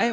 哎，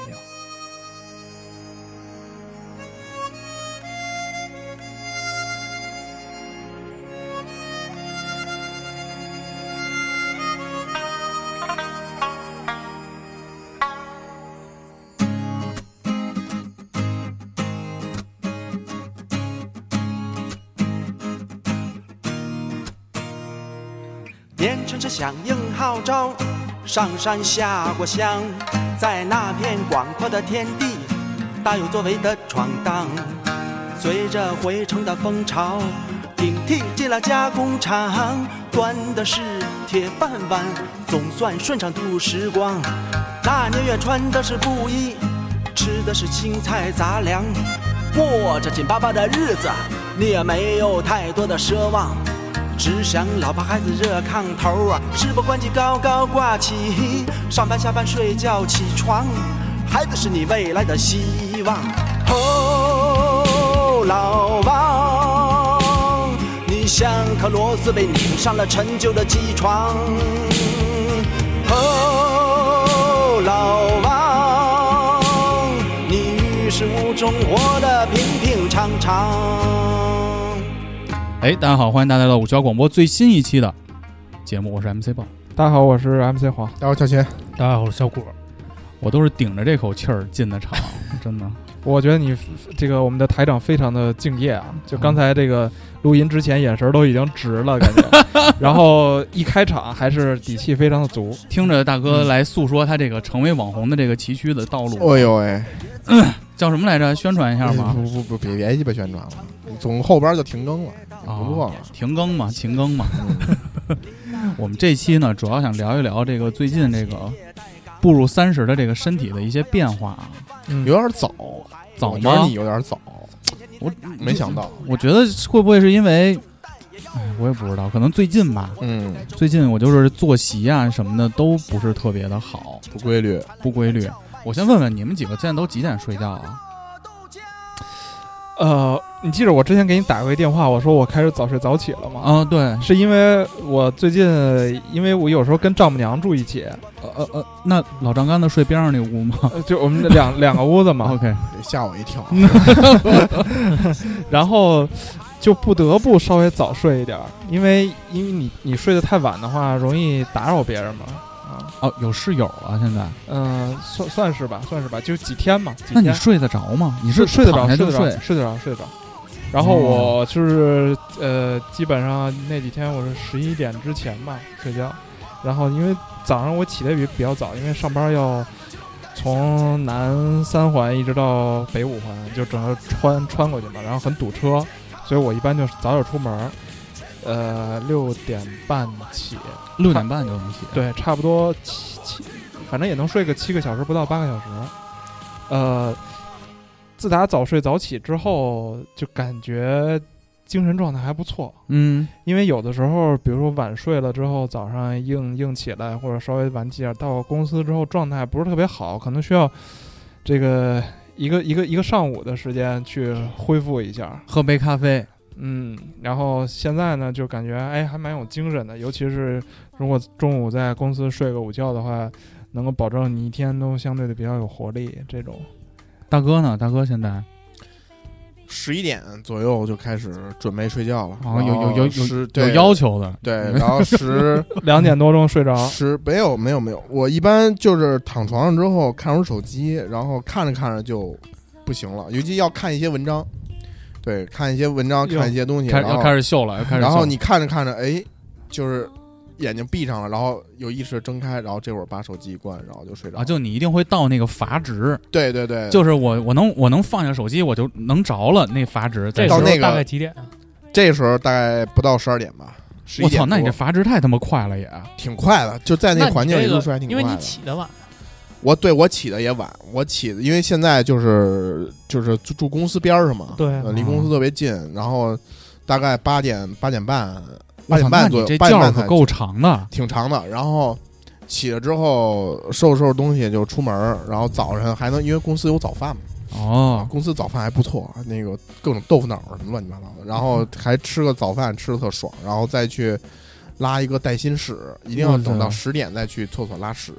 没有。连城市响应号召，上山下过乡，在那片广阔的天地，大有作为的闯荡。随着回城的风潮，顶替进了加工厂，端的是铁饭碗，总算顺畅度时光。那年月穿的是布衣，吃的是青菜杂粮，过着紧巴巴的日子，你也没有太多的奢望。只想老婆孩子热炕头啊，事不关己高高挂起，上班下班睡觉起床，孩子是你未来的希望。哦，老王，你像颗螺丝被拧上了陈旧的机床。哦，老王，你于事无中活得平平常常。哎，大家好，欢迎大家来到五七八广播最新一期的节目，我是 MC 豹，大家好，我是 MC 黄。大家好，小秦，大家好，我是小果。我都是顶着这口气儿进的 场，真的。我觉得你这个我们的台长非常的敬业啊，就刚才这个录音之前眼神都已经直了，感觉，然后一开场还是底气非常的足。听着大哥来诉说他这个成为网红的这个崎岖的道路，哎呦喂，叫什么来着？宣传一下嘛不，不不，别别鸡巴宣传了，从后边就停更了，啊，不做了。停更嘛，停更嘛。 我们这期呢，主要想聊一聊这个最近这个步入三十的这个身体的一些变化啊。有点早，早我觉得吗你？有点早，我没想到，我觉得会不会是因为，哎，我也不知道，可能最近吧，嗯，最近我就是作息啊什么的都不是特别的好，不规律，不规律。我先问问你们几个现在都几点睡觉啊？呃，你记着我之前给你打过一电话，我说我开始早睡早起了嗯吗？啊，对，是因为我最近，因为我有时候跟丈母娘住一起，呃呃呃，那老张刚才睡边上那屋吗呃就我们 两两个屋子嘛， ？OK，吓我一 跳。然后就不得不稍微早睡一点儿，因为因为你你睡得太晚的话，容易打扰别人嘛。啊，哦，有室友了，现在，嗯，算算是吧，算是吧，就几天嘛，几那你天。睡得着吗？你睡是睡得着，躺下睡就得着，哦睡，睡得着，睡得着。然后我就是、呃，基本上那几天我是十一点之前吧睡觉，然后因为早上我起得比比较早，因为上班要从南三环一直到北五环，就整个穿穿过去嘛，然后很堵车，所以我一般就是早点出门儿，呃，六点半起，六点半就能起。对，差不多七七，反正也能睡个七个小时不到八个小时。呃，自打早睡早起之后，就感觉精神状态还不错。嗯，因为有的时候，比如说晚睡了之后，早上硬硬起来，或者稍微晚起点，到公司之后状态不是特别好，可能需要这个一个一个一个上午的时间去恢复一下。喝杯咖啡，嗯，然后现在呢，就感觉哎还蛮有精神的，尤其是如果中午在公司睡个午觉的话，能够保证你一天都相对的比较有活力。这 种大哥呢？大哥现在啊十一点左右就开始准备睡觉了，啊，有哦有有有有有要求的，对，然后 十，两点多钟睡着十没有没有没有，我一般就是躺床上之后看会儿手机，然后看着看着就不行了，尤其要看一些文章，对，看一些文章，哟看一些东西，开始然要后开始秀了，要开始秀了。然后你看着看着，哎，就是眼睛闭上了，然后有意识睁开，然后这会儿把手机一关，然后就睡着了。啊，就你一定会到那个阀值，对对对，就是我我能我能放下手机，我就能着了那阀值。这再时到候说那个大概几点？这时候大概不到十二点吧，十一我点操，多。那你这阀值太他妈快了也。挺快的，就在那环境你里这个入睡还挺因快为的。你起得晚。我对我起的也晚，我起的因为现在就是就是住住公司边儿上嘛，对呃离嗯公司特别近，然后大概八点八点半八我操，点那半左你右这，八觉点儿半可才够长的。挺长的，然后。起了之后收拾收拾东西就出门儿，然后早晨还能因为公司有早饭嘛，啊哦，公司早饭还不错，啊那个各种豆腐脑儿什么乱七八糟的，然嗯后还吃个早饭吃的特爽，然后再去拉一个带薪屎，一定要等到哇十点再去厕所拉屎。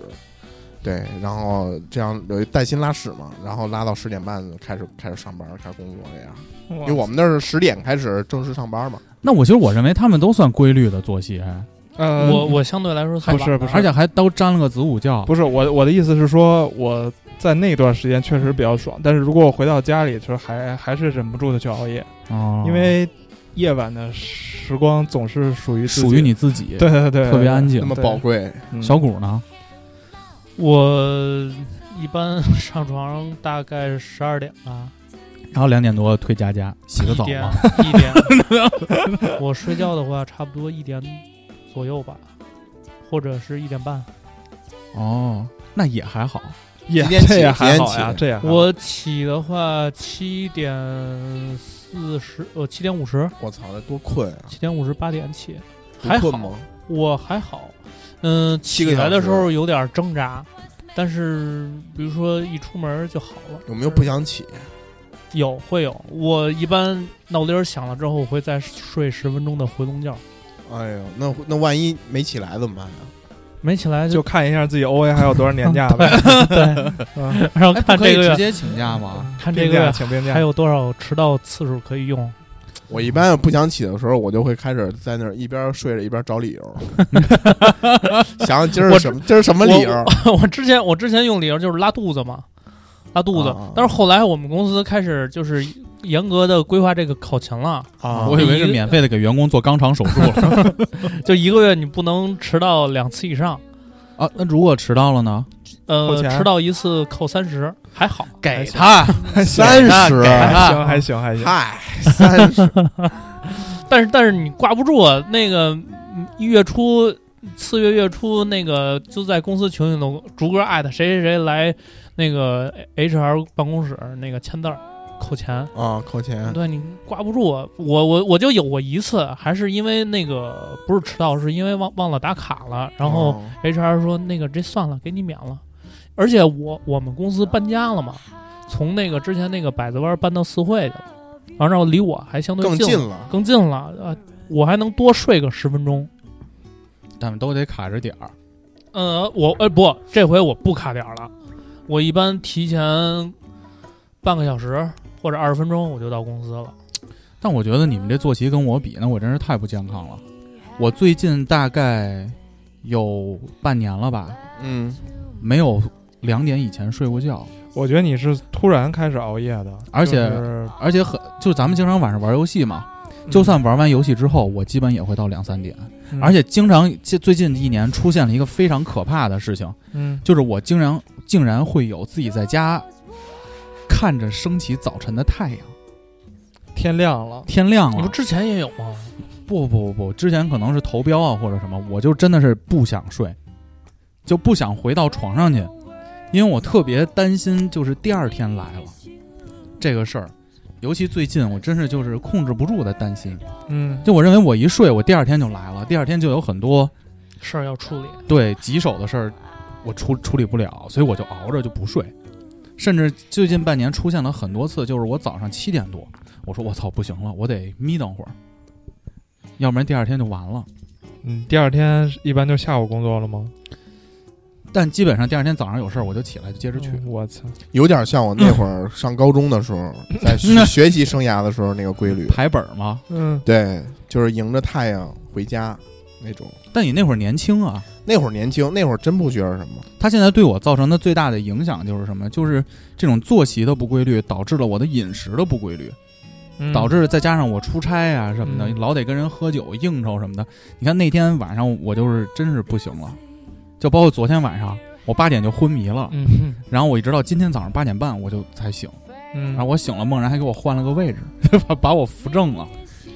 对，然后这样有一带薪拉屎嘛，然后拉到十点半开始开始上班，开始工作这样。因为我们那儿是十点开始正式上班嘛，那我其实我认为他们都算规律的作息，还呃，我我相对来说不是不是而且还都沾了个子午觉。不是我我的意思是说，我在那段时间确实比较爽，但是如果我回到家里，就是还还是忍不住的去熬夜，哦，因为夜晚的时光总是属于自己属于，你自己，对对对，特别安静那。么对宝贵，嗯小谷呢？我一般上床大概十二点吧，然后两点多退家家，洗个一澡点嘛。一点。 我睡觉的话，差不多一点左右吧，或者是一点半。哦，那也还好。也几点起这也还几好点呀，起这也还好我起的话，七点四十，呃，七点五十，我操，这多困啊！七点五十八点起，不还困好吗？我还好，嗯、起七个来小的时时候有点挣扎，但是比如说一出门就好了。有没有不想起？有会有，我一般闹铃儿响了之后，我会再睡十分钟的回笼觉，哎呦，那那万一没起来怎么办啊呀？没起来就看一下自己 OA 还有多少年假呗， 对，嗯然后哎，看不可这以个直月接请假吗？看这病个月假请病假还，有多少迟到次数可以用。我一般不想起的时候，我就会开始在那儿一边睡着一边找理由， 想想今儿我什么今儿什么理由，我之前我之前用理由就是拉肚子嘛，拉肚子，啊但是后来我们公司开始就是严格的规划这个考勤了，啊我以为是免费的给员工做肛肠手术了 就一个月你不能迟到两次以上，啊。那如果迟到了呢？呃扣，钱迟到一次扣三十，还好，还行他 啊三十，啊还行还行还行，嗨，三十，但是但是你挂不住啊，那个嗯一月初、次月月初那个就在公司群里头逐个艾特谁谁谁来那个 HR 办公室那个签字儿扣钱，啊，扣钱，对你挂不住啊。我我我就有过一次，还是因为那个不是迟到，是因为忘忘了打卡了，然后哦 HR 说那个这算了，给你免了。而且我我们公司搬家了嘛，从那个之前那个百子湾搬到四惠去了，然后离我还相对更近近了，更近了，呃，我还能多睡个十分钟。他们都得卡着点儿。呃，我呃不，这回我不卡点儿了，我一般提前半个小时或者二十分钟我就到公司了。但我觉得你们这作息跟我比，那我真是太不健康了。我最近大概有半年了吧，嗯，没有两点以前睡过觉，我觉得你是突然开始熬夜的，而且就是而且很就咱们经常晚上玩游戏嘛，嗯就算玩完游戏之后，我基本也会到两三点，嗯而且经常最最近一年出现了一个非常可怕的事情，嗯就是我竟然竟然会有自己在家看着升起早晨的太阳，天亮了，天亮你不了。之前也有吗？不不不不，之前可能是投标啊或者什么，我就真的是不想睡，就不想回到床上去，因为我特别担心就是第二天来了这个事儿，尤其最近我真是就是控制不住的担心，嗯，就我认为我一睡我第二天就来了，第二天就有很多事儿要处理，对棘手的事儿我处处理不了，所以我就熬着就不睡，甚至最近半年出现了很多次，就是我早上七点多，我说我操不行了，我得眯瞪会儿，要不然第二天就完了。嗯，第二天一般就下午工作了吗？但基本上第二天早上有事儿我就起来就接着去。嗯我操，有点像我那会儿上高中的时 候，在学学习生涯的时候那个规律，排本儿吗？嗯，对，就是迎着太阳回家那种。但你那会儿年轻啊，那会儿年轻，那会儿真不觉着什么，他现在对我造成的最大的影响就是什么？就是这种作息的不规律，导致了我的饮食的不规律，嗯导致再加上我出差啊什么的，嗯老得跟人喝酒应酬什么的。你看那天晚上我就是真是不行了，就包括昨天晚上我八点就昏迷了，嗯哼，然后我一直到今天早上八点半我就才醒，嗯然啊后我醒了，梦然还给我换了个位置， 把把我扶正了，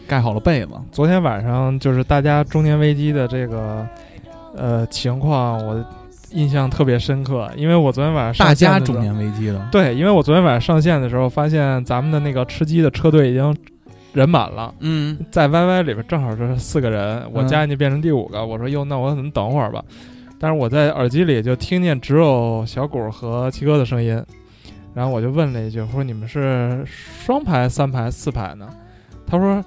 盖好了被子。昨天晚上就是大家中年危机的这个呃情况，我印象特别深刻，因为我昨天晚上上大线家的时候中年危机的，对，因为我昨天晚上上线的时候，发现咱们的那个吃鸡的车队已经人满了。嗯，在 YY 里边正好是四个人，我嗯加进去变成第五个。我说哟，那我可能等会儿吧。但是我在耳机里就听见只有小谷和七哥的声音，然后我就问了一句，我说你们是双排、三排、四排呢？他说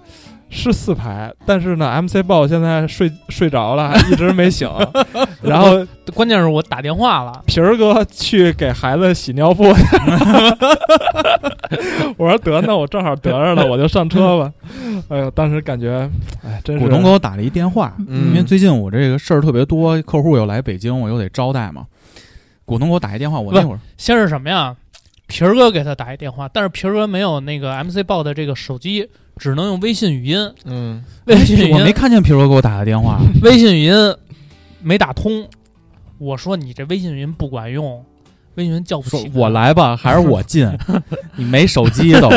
是四排，但是呢，MC 豹现在睡睡着了，一直没醒。然后关键是我打电话了，皮儿哥去给孩子洗尿布， 我说得，那我正好得着了，我就上车吧。哎呦，当时感觉，哎，真是股东给我打了一电话，嗯因为最近我这个事儿特别多，客户又来北京，我又得招待嘛。股东给我打一电话，我那会儿先是什么呀？皮儿哥给他打一电话，但是皮儿哥没有那个 MC 豹的这个手机，只能用微信语音。嗯，微信语 哎我没音，看见皮哥给我打的 电话，微信语音没打通。我说你这微信语音不管用，微信语音叫不说起。我。来吧，还是我进？ 你没手机都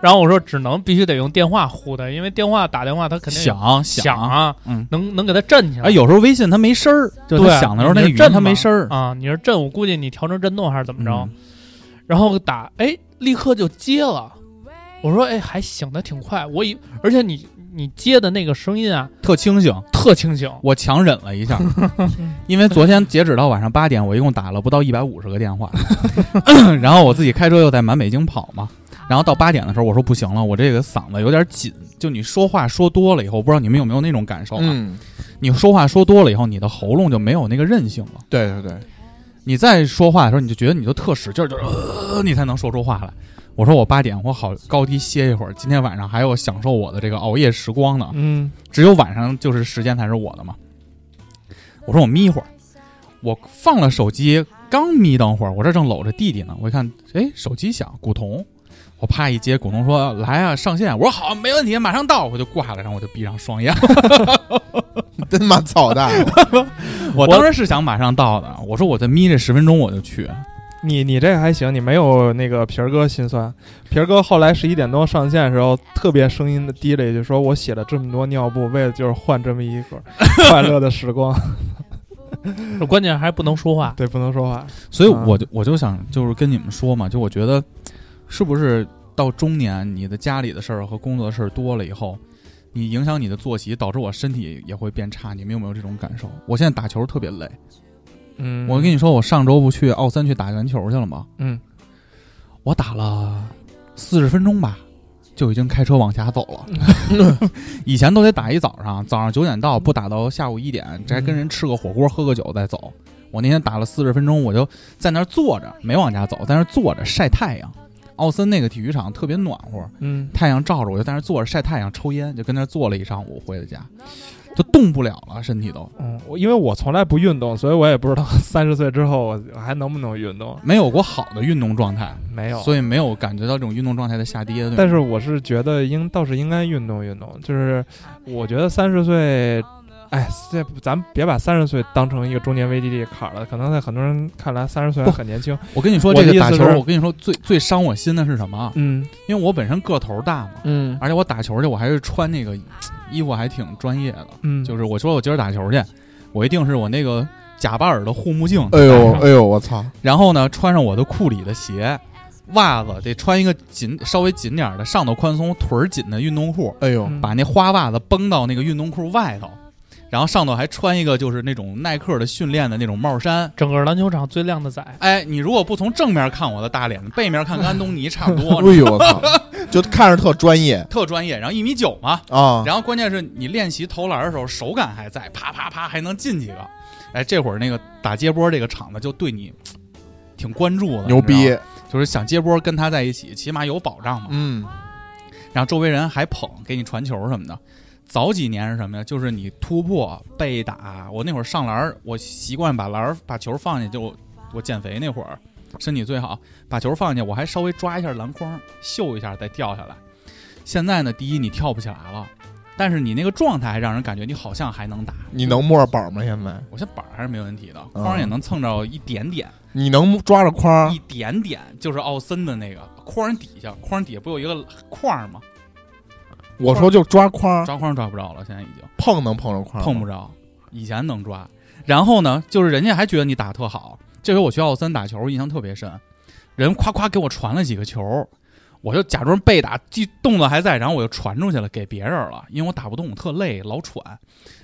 然后我说只能必须得用电话呼他，因为电话打电话他肯定响响响，啊，嗯。能能给他震起来。哎，有时候微信它没声儿，就对啊它响的时候那个你语是音震它没吗声儿，啊，你是震，我估计你调成震动还是怎么着？嗯然后打，哎，立刻就接了。我说，哎，还醒的挺快。我以而且你你接的那个声音啊，特清醒。特清醒。我强忍了一下，因为昨天截止到晚上八点，我一共打了不到一百五十个电话， 然后我自己开车又在满北京跑嘛，然后到八点的时候，我说不行了，我这个嗓子有点紧，就你说话说多了以后，我不知道你们有没有那种感受啊？嗯，你说话说多了以后，你的喉咙就没有那个韧性了，对对对，你再说话的时候，你就觉得你就特使劲儿，就是、呃、你才能说出话来。我说我八点我好高低歇一会儿，今天晚上还要享受我的这个熬夜时光呢。嗯，只有晚上就是时间才是我的嘛。我说我眯一会儿，我放了手机，刚眯瞪会儿，我这正搂着弟弟呢，我一看，哎，手机响，古潼，我啪一接，古潼说来啊，上线，我说好，没问题，马上到，我就挂了，然后我就闭上双眼。真妈操蛋！我当时是想马上到的，我说我再眯这十分钟我就去，你你这个还行，你没有那个皮儿哥心酸。皮儿哥后来十一点多上线的时候，特别声音的低了一句，说我写了这么多尿布，为了就是换这么一个 快乐的时光。关键还不能说话。嗯对，不能说话。所以我就我就想就是跟你们说嘛，就我觉得是不是到中年，你的家里的事儿和工作的事儿多了以后，你影响你的作息，导致我身体也会变差。你们有没有这种感受？我现在打球特别累，嗯，我跟你说，我上周不去奥森去打篮球去了吗？嗯，我打了四十分钟吧，就已经开车往家走了。 以前都得打一早上，早上九点嗯到，不打到下午一点，这还跟人吃个火锅、喝个酒再走。嗯我那天打了四十分钟，我就在那儿坐着，没往家走，在那儿坐着晒太阳。奥森那个体育场特别暖和，嗯，太阳照着我，就在那儿坐着晒太阳、抽烟，就跟那儿坐了一上午，回的家，就动不了了，身体都嗯，我因为我从来不运动，所以我也不知道三十岁之后我我还能不能运动。没有过好的运动状态，没有，所以没有感觉到这种运动状态的下跌。对吗但是我是觉得应倒是应该运动运动，就是我觉得三十岁，哎，这咱别把三十岁当成一个中年危机的坎儿了。可能在很多人看来，三十岁还不很年轻。我跟你说，我这的个意打思球是，我跟你说最最伤我心的是什么啊？嗯因为我本身个头大嘛，嗯而且我打球去，我还是穿那个衣服还挺专业的。嗯，就是我说我今儿打球去，我一定是我那个贾巴尔的护目镜， 呃哎呦哎呦，我操！然后呢穿上我的库里的鞋，袜子得穿一个紧稍微紧点儿的，上头宽松，腿儿紧的运动裤，哎呦，嗯把那花袜子绷到那个运动裤外头，然后上头还穿一个就是那种耐克的训练的那种帽衫，整个篮球场最靓的仔，哎，你如果不从正面看我的大脸，背面看跟安东尼差不多， 哎呦，我操！就看着特专业特专业。然后一米九嘛，啊！然后关键是你练习投篮的时候手感还在，啪啪啪还能进几个。哎，这会儿那个打接波这个场子就对你挺关注的，牛你知逼道吗，就是想接波跟他在一起，起码有保障嘛。嗯，然后周围人还捧，给你传球什么的。早几年是什么呀？就是你突破被打，我那会儿上篮儿，我习惯把篮儿把球放进去，就呃我减肥那会儿身体最好，把球放进去，我还稍微抓一下篮筐，嗅一下再掉下来。现在呢，第一你跳不起来了，但是你那个状态还让人感觉你好像还能打。你能摸着宝吗？现在我现在板儿还是没问题的，嗯框儿也能蹭着一点点，你能抓着框儿一？点点，就是奥森的那个框儿底下，框儿底下不有一个框儿吗？我说就抓框儿，抓框儿抓不着了，现在已经。碰能碰着框儿吗？碰不着，以前能抓。然后呢，就是人家还觉得你打特好。这回我去奥森打球，印象特别深，人夸夸给我传了几个球，我就假装被打，记动作还在，然后我就传出去了，给别人了，因为我打不动，我特累，老喘。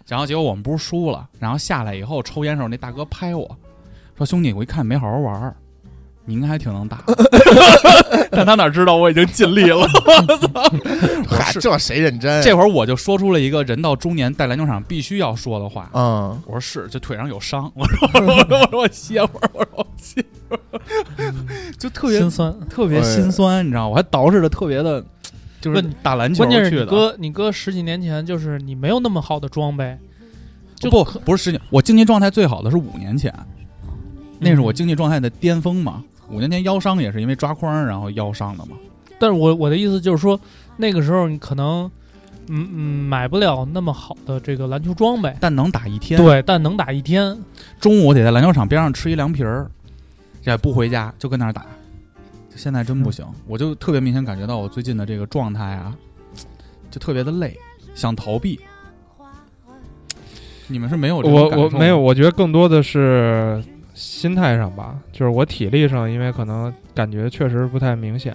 然后结果我们不是输了，然后下来以后抽烟时候，那大哥拍我说：“兄弟，我一看你没好好玩儿，你应该还挺能打。”但他哪知道我已经尽力了。嗨，这谁认真？这会儿我就说出了一个人到中年在篮球场必须要说的话。嗯，我说是，这腿上有伤。我说我说我说我歇会儿，我说我歇会儿， 就特别心哎酸。特别心酸，你知道吗？我还捯饬的特别的，就是问打篮球关键是去你的。哥，你哥十几年前就是你没有那么好的装备，就不不是十年，我竞技状态最好的是五年前，那嗯是我竞技状态的巅峰嘛。五年前腰伤也是因为抓框，然后腰伤的嘛。但是我我的意思就是说，那个时候你可能，嗯嗯，买不了那么好的这个篮球装备，但能打一天，对，但能打一天，中午得在篮球场边上吃一凉皮儿，也不回家，就跟那儿打。现在真不行，我就特别明显感觉到我最近的这个状态啊，就特别的累，想逃避。你们是没有这种我感我受没有，吗我觉得更多的是心态上吧，就是我体力上，因为可能感觉确实不太明显，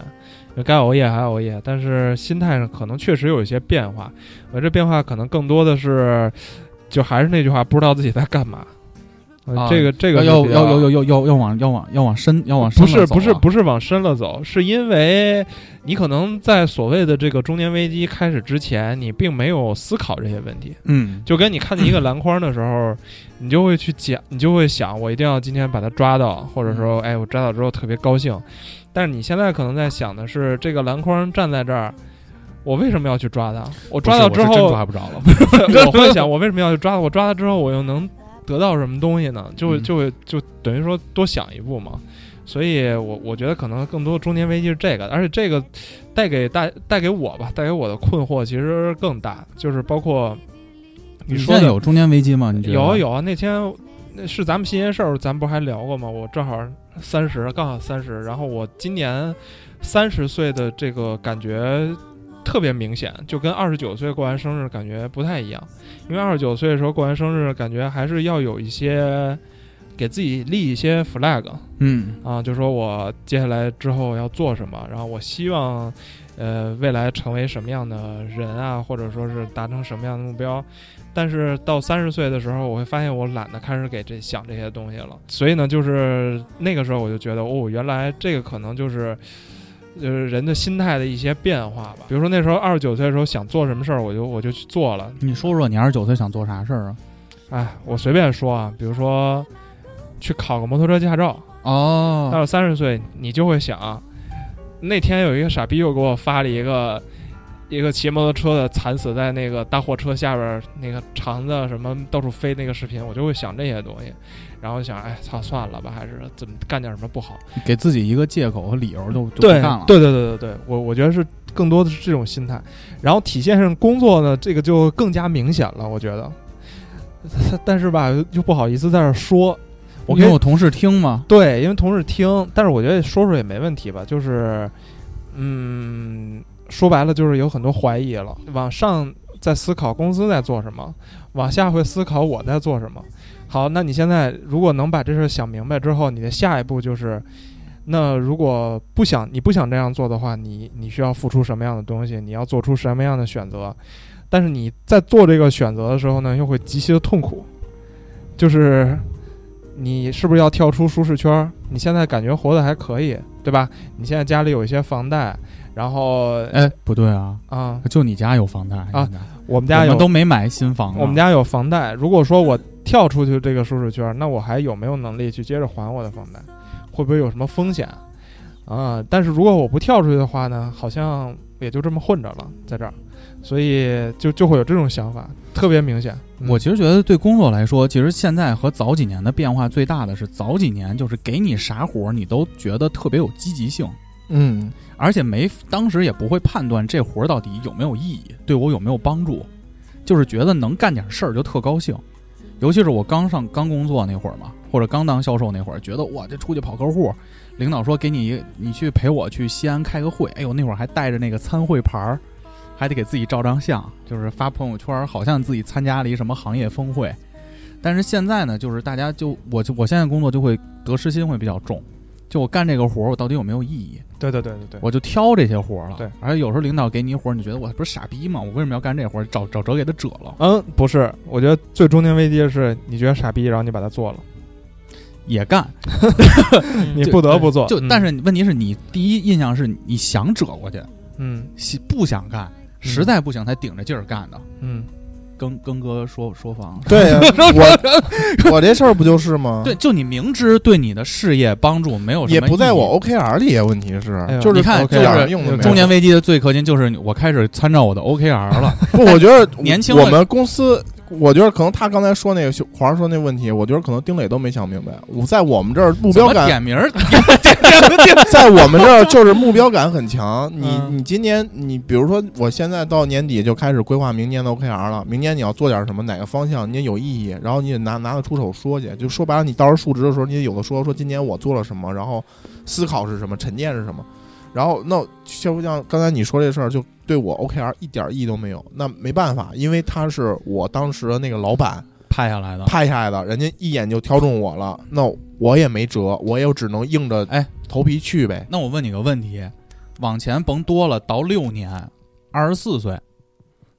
该熬夜还熬夜，但是心态上可能确实有一些变化。我这变化可能更多的是，就还是那句话，不知道自己在干嘛。呃啊这个这个是要比较要要要要要要往要往要往深要往深不了是走不是啊不是往深了走，是因为你可能在所谓的这个中年危机开始之前，你并没有思考这些问题。嗯就跟你看见一个篮筐的时 候，你就会去讲，你就会想，我一定要今天把它抓到，或者说，嗯哎，我抓到之后特别高兴。但是你现在可能在想的是，这个篮筐站在这儿，我为什么要去抓它？我抓到之不是我是真后，抓不着了。我会想，我为什么要去抓它？我抓它之后，我又能得到什么东西呢？就会嗯就会就等于说多想一步嘛。所以我，我觉得可能更多中年危机是这个，而且这个带给大带给我吧，带给我的困惑其实更大，就是包括 你现说在的有中年危机吗？你觉得有啊有啊，那天那是咱们新鲜事儿，咱不是还聊过吗？我正好三十，刚好三十，然后我今年三十岁的这个感觉特别明显，就跟二十九岁过完生日感觉不太一样，因为二十九岁的时候过完生日，感觉还是要有一些给自己立一些 flag，嗯啊，就说我接下来之后要做什么，然后我希望，呃，未来成为什么样的人啊，或者说是达成什么样的目标。但是到三十岁的时候，我会发现我懒得开始给这想这些东西了。所以呢，就是那个时候我就觉得，哦，原来这个可能就是。就是人的心态的一些变化吧，比如说那时候二十九岁的时候想做什么事儿，我就我就去做了，你说说你二十九岁想做啥事儿啊？哎，我随便说啊，比如说去考个摩托车驾照，哦到了三十岁，你就会想，那天有一个傻逼又给我发了一个一个骑摩托车的惨死在那个大货车下边儿那个肠子什么到处飞那个视频，我就会想这些东西，然后想，哎，操，算了吧，还是怎么干点什么不好？给自己一个借口和理由就就不对干了。，对对对对对，我我觉得是更多的是这种心态，然后体现上工作呢，这个就更加明显了，我觉得， 但是吧，又不好意思在这儿说，我你跟有同事听吗？对，因为同事听，但是我觉得说说也没问题吧，就是，嗯，说白了就是有很多怀疑了，往上在思考公司在做什么，往下会思考我在做什么。好，那你现在如果能把这事儿想明白之后，你的下一步就是，那如果不想你不想这样做的话，你你需要付出什么样的东西，你要做出什么样的选择，但是你在做这个选择的时候呢，又会极其的痛苦，就是你是不是要跳出舒适圈儿？你现在感觉活得还可以，对吧？你现在家里有一些房贷，然后哎，不对啊，啊、就你家有房贷啊现在我们家我有们都没买新房啊，我们家有房贷。如果说我跳出去这个舒适圈儿，那我还有没有能力去接着还我的房贷？会不会有什么风险？啊、但是如果我不跳出去的话呢，好像也就这么混着了，在这儿，所以就就会有这种想法，特别明显。嗯我其实觉得，对工作来说，其实现在和早几年的变化最大的是，早几年就是给你啥活儿，你都觉得特别有积极性，嗯，而且没当时也不会判断这活儿到底有没有意义，对我有没有帮助，就是觉得能干点事儿就特高兴。尤其是我刚上刚工作那会儿嘛，或者刚当销售那会儿，觉得哇，这出去跑客户，领导说给你一你去陪我去西安开个会，哎呦，那会儿还带着那个参会牌儿，还得给自己照张相，就是发朋友圈儿，好像自己参加了一什么行业峰会。但是现在呢，就是大家就我就我现在工作就会得失心会比较重，就我干这个活儿，我到底有没有意义？对对对对对，我就挑这些活儿了。对，而且有时候领导给你一活儿，你觉得我不是傻逼吗？我为什么要干这活儿？找找辙给他折了，嗯，不是，我觉得最中年危机的是你觉得傻逼，然后你把它做了，也干。你就不得不做。就、嗯但是问题是你第一印象是你想折过去，嗯喜不想干，实在不行才顶着劲儿干的。嗯，跟跟哥说说房，对 呀，我我这事儿不就是吗？对，就你明知对你的事业帮助没有什么，也不在我。OKR 里呀，问题是哎呦就是你看 OK 就是一点用都没有中年危机的最可劲就是我开始参照我的 OKR 了， 不，我觉得年轻的我们公司，我觉得可能他刚才说那个小皇上说那问题，我觉得可能丁磊都没想明白。我在我们这儿目怎标么感，点名儿？在我们这儿就是目标感很强。你嗯你今年你比如说，我现在到年底就开始规划明年的 OKR 了，明年你要做点什么，哪个方向你也有意义，然后你也拿拿得出手说去。就说白了，你到时候述职的时候，你也有的说说今年我做了什么，然后思考是什么，沉淀是什么。然后那就像刚才你说这事儿，就对我 OKR 一点意义都没有。那没办法，因为他是我当时的那个老板拍下来的。拍下来的，人家一眼就挑中我了，那我也没辙，我也只能硬着哎头皮去呗。那我问你个问题，往前甭多了，倒六年，二十四岁，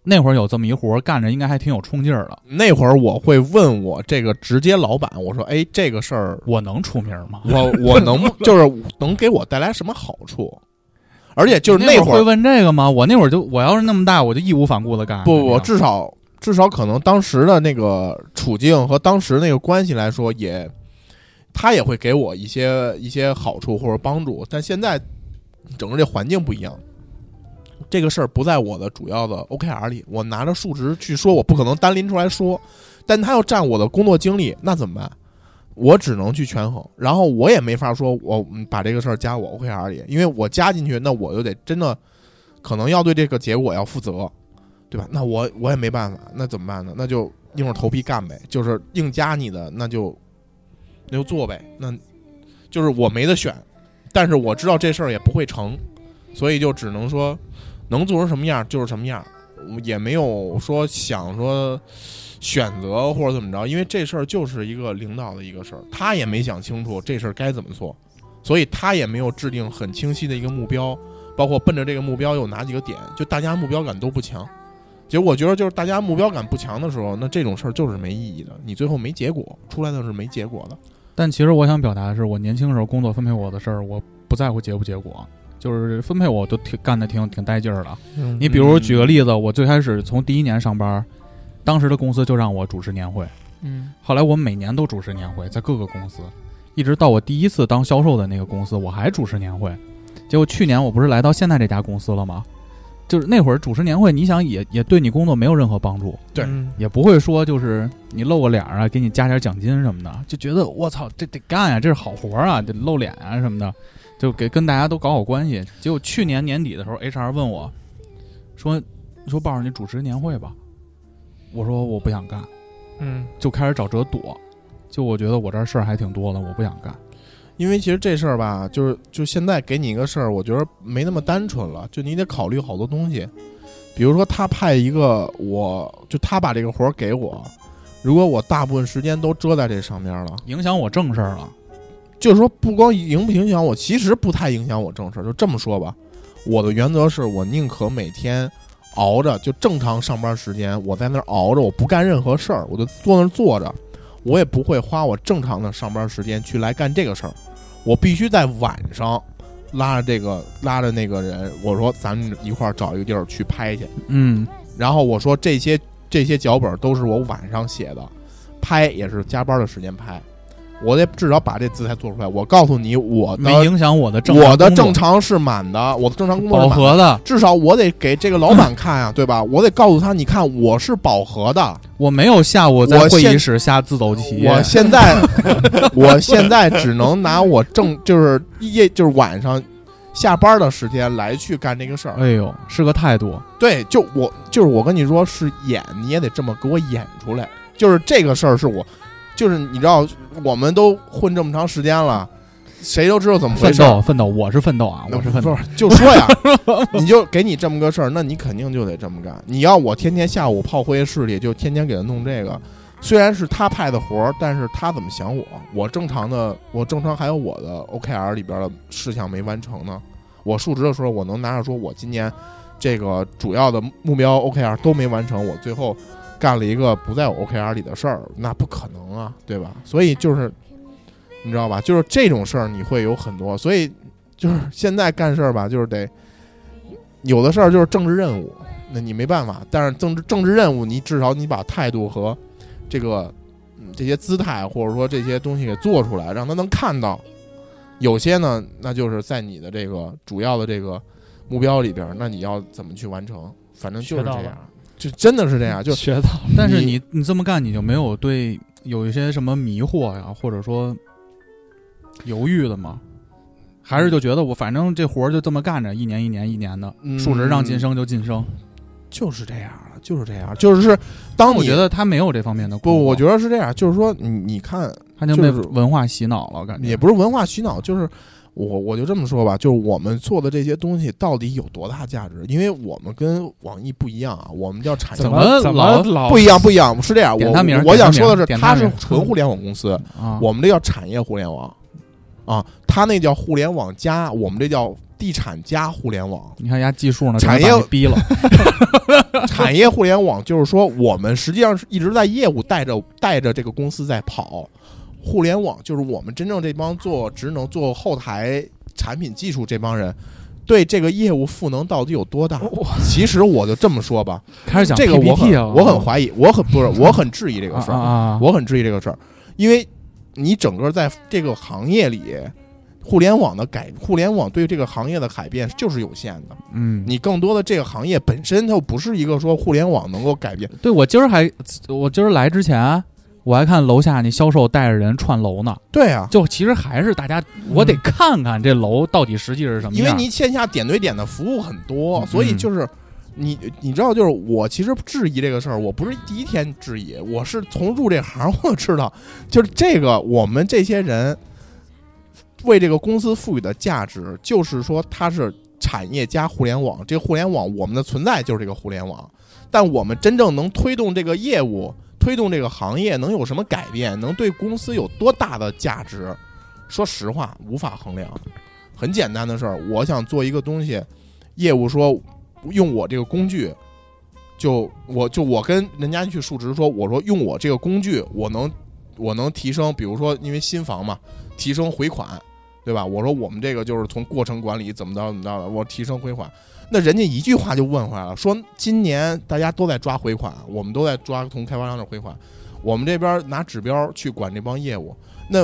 那会儿有这么一活儿干着，应该还挺有冲劲儿的。那会儿我会问我这个直接老板，我说：“哎，这个事 儿我能出名吗？我我能就是能给我带来什么好处？而且就是你那那会会儿会问这个吗？我那会儿就我要是那么大，我就义无反顾的干。不不，我至少至少可能当时的那个处境和当时那个关系来说也，他也会给我一些一些好处或者帮助。但现在整个这环境不一样，这个事儿不在我的主要的 OKR 里，我拿着数值去说，我不可能单拎出来说，但他要占我的工作精力，那怎么办？我只能去权衡，然后我也没法说我嗯把这个事儿加我 OKR 里，因为我加进去，那我就得真的可能要对这个结果要负责。对吧？那我我也没办法，那怎么办呢？那就硬着头皮干呗，就是硬加你的，那就那就做呗。那就是我没得选，但是我知道这事儿也不会成，所以就只能说能做成什么样就是什么样，也没有说想说选择或者怎么着，因为这事儿就是一个领导的一个事儿，他也没想清楚这事儿该怎么做，所以他也没有制定很清晰的一个目标，包括奔着这个目标有哪几个点，就大家目标感都不强。结果我觉得就是大家目标感不强的时候，那这种事儿就是没意义的，你最后没结果，出来的是没结果的。但其实我想表达的是，我年轻时候工作分配我的事儿，我不在乎结不结果，就是分配我都挺干的挺挺带劲儿的。嗯你比如举个例子，我最开始从第一年上班，当时的公司就让我主持年会，嗯后来我每年都主持年会，在各个公司，一直到我第一次当销售的那个公司，我还主持年会。结果去年我不是来到现在这家公司了吗？就是那会儿主持年会，你想也也对你工作没有任何帮助，对嗯也不会说就是你露个脸儿啊，给你加点奖金什么的，就觉得我操，这得干呀、这是好活儿啊，得露脸啊什么的，就给跟大家都搞好关系。结果去年年底的时候，HR 问我，说说鲍儿，你主持年会吧？我说我不想干，嗯就开始找辙躲。就我觉得我这事儿还挺多的，我不想干。因为其实这事儿吧，就是就现在给你一个事儿，我觉得没那么单纯了，就你得考虑好多东西。比如说他派一个我，就他把这个活儿给我，如果我大部分时间都遮在这上面了，影响我正事儿了，就是说不光影不影响我，其实不太影响我正事儿。就这么说吧，我的原则是我宁可每天熬着，就正常上班时间，我在那儿熬着，我不干任何事儿，我就坐那儿坐着，我也不会花我正常的上班时间去来干这个事儿。我必须在晚上拉着这个拉着那个人，我说咱们一块儿找一个地儿去拍去。嗯，然后我说这些这些脚本都是我晚上写的，拍也是加班的时间拍，我得至少把这姿态做出来。我告诉你，我没的影响我的正我的工作正常是满的，我的正常工作是饱满的。和的，至少我得给这个老板看 啊，对吧？我得告诉他，你看我是饱和的，我没有下午在我会议现室下自走棋，我现在 我现在只能拿我正就是夜就是晚上下班的时间来去干这个事儿。哎呦是个态度，对，就我就是我跟你说是演，你也得这么给我演出来。就是这个事儿是我，就是你知道，我们都混这么长时间了，谁都知道怎么回奋事儿。斗奋斗，我是奋斗啊，那我是奋不斗。是就说 呀，你就给你这么个事儿，那你肯定就得这么干。你要我天天下午泡会议室里就天天给他弄这个，虽然是他派的活儿，但是他怎么想我？我正常的，我正常还有我的 OKR 里边的事项没完成呢。我述职的时候，我能拿着说我今年这个主要的目标 OKR 都没完成，我最后干了一个不在我 OKR 里的事儿，那不可能啊，对吧？所以就是你知道吧，就是这种事儿你会有很多，所以就是现在干事儿吧，就是得有的事儿就是政治任务，那你没办法，但是政治政治任务你至少你把态度和这个、嗯、这些姿态或者说这些东西给做出来，让他能看到。有些呢，那就是在你的这个主要的这个目标里边儿，那你要怎么去完成？反正就学是到这了样，就真的是这样，就学到了，但是你你你这么干，你就没有对有一些什么迷惑呀，或者说犹豫的吗？还是就觉得我反正这活儿就这么干着，一年一年一年的，嗯数值让晋升就晋升。就是这样了，就是这样，就是当我你觉得他没有这方面的困惑，不，我觉得是这样，就是说你你看，他就被就是文化洗脑了，感觉也不是文化洗脑，就是我我就这么说吧，就是我们做的这些东西到底有多大价值？因为我们跟网易不一样啊，我们叫产业怎怎么化。怎老么老不一样，不一样，是这样。点我他名儿我点想他名儿说的是，点它他名是儿纯互联网公司，啊，我们这叫产业互联网，啊，它那叫互联网加，我们这叫地产加互联网。你看人家技术呢，产给他把业你 逼了，产业互联网就是说，我们实际上是一直在业务带着带着这个公司在跑。互联网就是我们真正这帮做职能、做后台产品技术这帮人，对这个业务赋能到底有多大？其实我就这么说吧，开始讲这个我 PPT 很了，我很怀疑，我很不是我很质疑这个事啊儿，啊啊 我很质疑这个事儿，因为你整个在这个行业里，互联网的改，互联网对这个行业的改变就是有限的。嗯，你更多的这个行业本身，它又不是一个说互联网能够改变。对我今儿还我今儿来之前。我还看楼下那销售带着人串楼呢，对啊，就其实还是大家，我得看看这楼到底实际是什么因样。为你线下点对点的服务很多，嗯所以就是你你知道，就是我其实质疑这个事儿，我不是第一天质疑，我是从入这行我就知道，就是这个我们这些人为这个公司赋予的价值，就是说它是产业加互联网，这个互联网我们的存在就是这个互联网，但我们真正能推动这个业务。推动这个行业能有什么改变？能对公司有多大的价值？说实话，无法衡量。很简单的事儿，我想做一个东西，业务说用我这个工具，就我就我跟人家去述职说，我说用我这个工具，我能我能提升，比如说因为新房嘛，提升回款，对吧？我说我们这个就是从过程管理怎么着怎么着的，我提升回款。那人家一句话就问回来了，说今年大家都在抓回款，我们都在抓从开发商那儿回款，我们这边拿指标去管这帮业务。那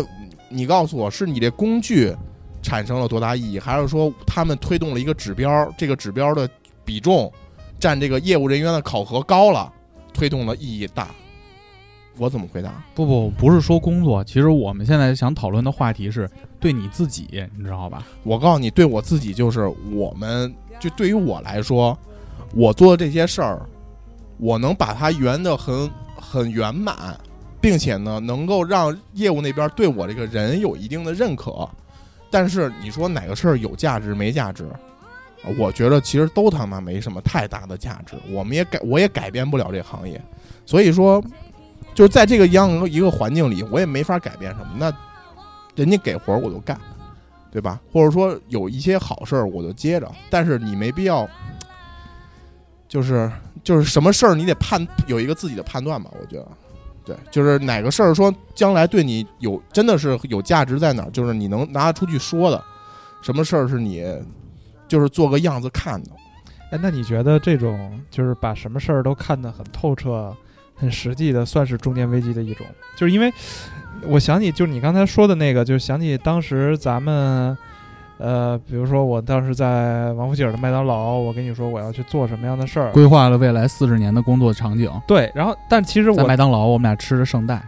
你告诉我是你这工具产生了多大意义，还是说他们推动了一个指标，这个指标的比重占这个业务人员的考核高了，推动了意义大？我怎么回答？不不不是说工作，其实我们现在想讨论的话题是对你自己，你知道吧？我告诉你，对我自己就是，我们就对于我来说，我做的这些事儿，我能把它圆的很很圆满，并且呢，能够让业务那边对我这个人有一定的认可。但是你说哪个事儿有价值没价值？我觉得其实都他妈没什么太大的价值，我们也改我也改变不了这行业，所以说就是在这个样一个环境里，我也没法改变什么。那人家给活儿我就干，对吧？或者说有一些好事儿我就接着，但是你没必要，就是就是什么事儿你得判有一个自己的判断吧，我觉得。对，就是哪个事儿说将来对你有真的是有价值在哪儿，就是你能拿得出去说的，什么事儿是你就是做个样子看的。哎，那你觉得这种就是把什么事儿都看得很透彻、很实际的，算是中年危机的一种？就是因为我想起，就是你刚才说的那个，就是想起当时咱们，呃，比如说我当时在王府井的麦当劳，我跟你说我要去做什么样的事儿，规划了未来四十年的工作场景，对，然后但其实在我麦当劳我们俩吃着圣代，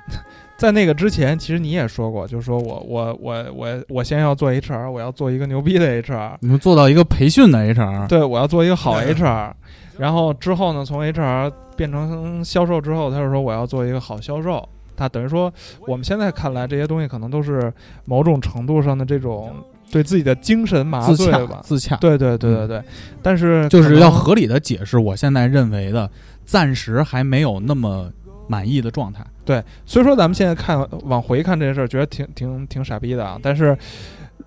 在那个之前，其实你也说过，就是说我我我我我先要做 HR，我要做一个牛逼的 HR，你们做到一个培训的 HR，对，我要做一个好对 HR，然后之后呢，从 HR 变成销售之后，他就说我要做一个好销售。他等于说，我们现在看来这些东西可能都是某种程度上的这种对自己的精神麻自醉洽吧。自洽，对对对对对，但是就可是能要合理的解释我现在认为的暂时还没有那么满意的状态。对，所以说咱们现在看往回看这件事儿，觉得挺挺挺傻逼的啊。但是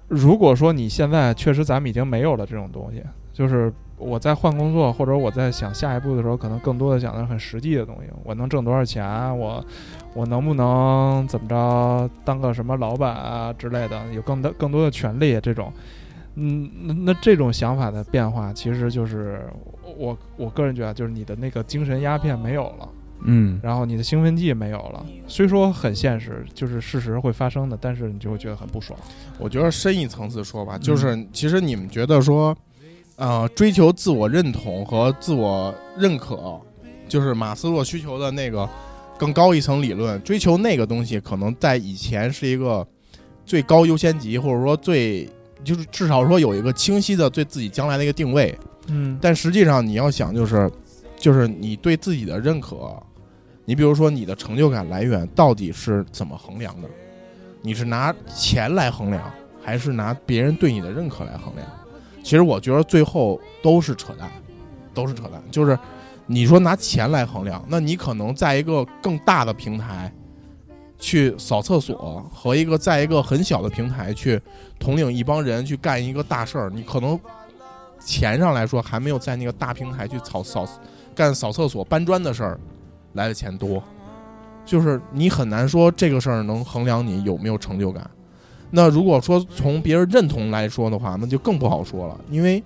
如果说你现在确实咱们已经没有了这种东西，就是我在换工作或者我在想下一步的时候，可能更多的想的是很实际的东西，我能挣多少钱，啊我我能不能怎么着当个什么老板啊之类的，有更多更多的权利这种。嗯，那那这种想法的变化，其实就是我我个人觉得，就是你的那个精神鸦片没有了。嗯，然后你的兴奋剂没有了，虽说很现实，就是事实会发生的，但是你就会觉得很不爽。我觉得深一层次说吧，就是其实你们觉得说，呃，追求自我认同和自我认可，就是马斯洛需求的那个更高一层理论，追求那个东西，可能在以前是一个最高优先级，或者说最就是至少说有一个清晰的对自己将来的一个定位。嗯但实际上你要想就是，就是你对自己的认可，你比如说你的成就感来源到底是怎么衡量的？你是拿钱来衡量，还是拿别人对你的认可来衡量？其实我觉得最后都是扯淡，都是扯淡。就是你说拿钱来衡量，那你可能在一个更大的平台去扫厕所，和一个在一个很小的平台去统领一帮人去干一个大事儿，你可能钱上来说还没有在那个大平台去扫扫干扫厕所搬砖的事儿来的钱多，就是你很难说这个事儿能衡量你有没有成就感。那如果说从别人认同来说的话，那就更不好说了，因为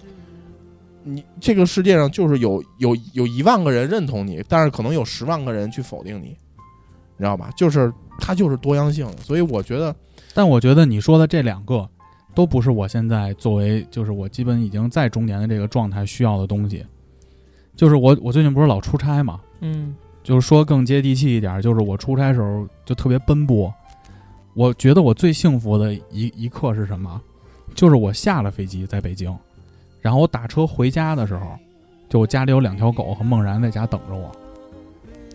你这个世界上就是有有有一万个人认同你，但是可能有十万个人去否定你，你知道吧？就是它就是多样性，所以我觉得但我觉得你说的这两个都不是我现在作为就是我基本已经在中年的这个状态需要的东西。就是我我最近不是老出差嘛，嗯就是说更接地气一点，就是我出差时候就特别奔波。我觉得我最幸福的一一刻是什么？就是我下了飞机在北京，然后我打车回家的时候，就我家里有两条狗和梦然在家等着我。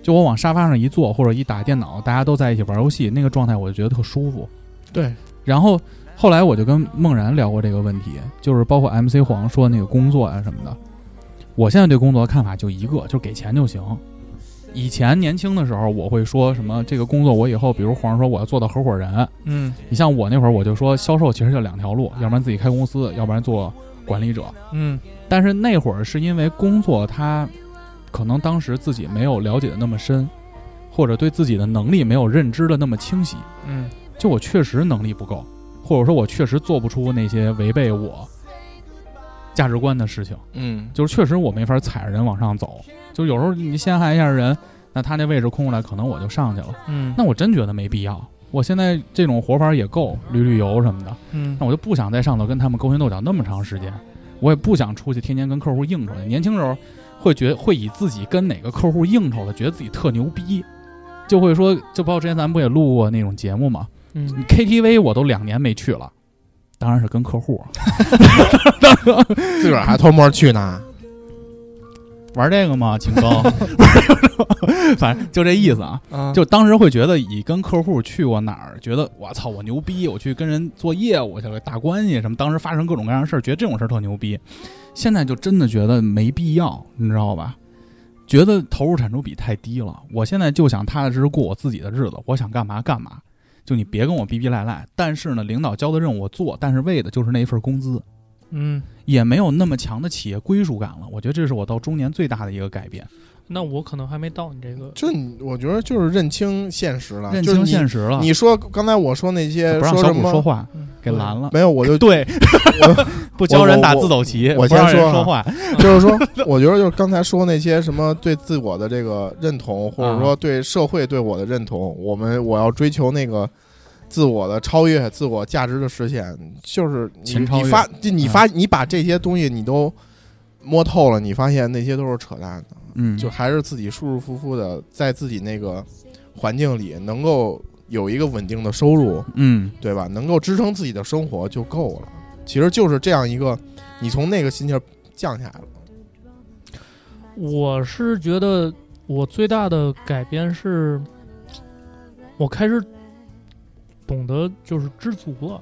就我往沙发上一坐，或者一打电脑，大家都在一起玩游戏，那个状态我就觉得特舒服。对，然后后来我就跟梦然聊过这个问题，就是包括 MC 黄说那个工作啊什么的。我现在对工作的看法就一个，就是给钱就行。以前年轻的时候，我会说什么这个工作我以后，比如黄说我要做到合伙人，嗯你像我那会儿我就说销售其实就两条路，要不然自己开公司，要不然做管理者。嗯但是那会儿是因为工作，他可能当时自己没有了解的那么深，或者对自己的能力没有认知的那么清晰。嗯就我确实能力不够，或者说我确实做不出那些违背我价值观的事情，嗯，就是确实我没法踩着人往上走。就有时候你陷害一下人，那他那位置空出来，可能我就上去了。嗯那我真觉得没必要。我现在这种活法也够，旅旅游什么的，嗯那我就不想在上头跟他们勾心斗角那么长时间，我也不想出去天天跟客户应酬去。年轻时候会觉会以自己跟哪个客户应酬的，觉得自己特牛逼，就会说，就包括之前咱们不也录过那种节目嘛，嗯， KTV 我都两年没去了，当然是跟客户啊自个儿还偷摸去呢。玩这个嘛，秦哥，反正就这意思啊。啊就当时会觉得以跟客户去过哪儿，觉得我操我牛逼，我去跟人做业务去了，打关系什么，当时发生各种各样的事儿，觉得这种事儿特牛逼。现在就真的觉得没必要，你知道吧？觉得投入产出比太低了。我现在就想踏踏实实过我自己的日子，我想干嘛干嘛。就你别跟我逼逼赖赖，但是呢，领导交的任务我做，但是为的就是那一份工资。嗯也没有那么强的企业归属感了。我觉得这是我到中年最大的一个改变，那我可能还没到你这个，就你，我觉得就是认清现实了，认清现实实了。啊你说刚才我说那些不让什小谷么说话，嗯给拦了。没有，我就 对，不教人打自走棋，我我我不让人我先说啊说话。 就是说，我觉得就是刚才说那些什么对自我的这个认啊同，或者说对社会对我的认同，我们我要追求那个自我的超越、自我价值的实现，就是你前超越嗯你发就你发你把这些东西你都摸透了，你发现那些都是扯淡的，嗯，就还是自己舒舒服服的在自己那个环境里能够有一个稳定的收入，嗯，对吧？能够支撑自己的生活就够了。其实就是这样一个，你从那个心情降下来了。我是觉得我最大的改变是，我开始懂得就是知足了。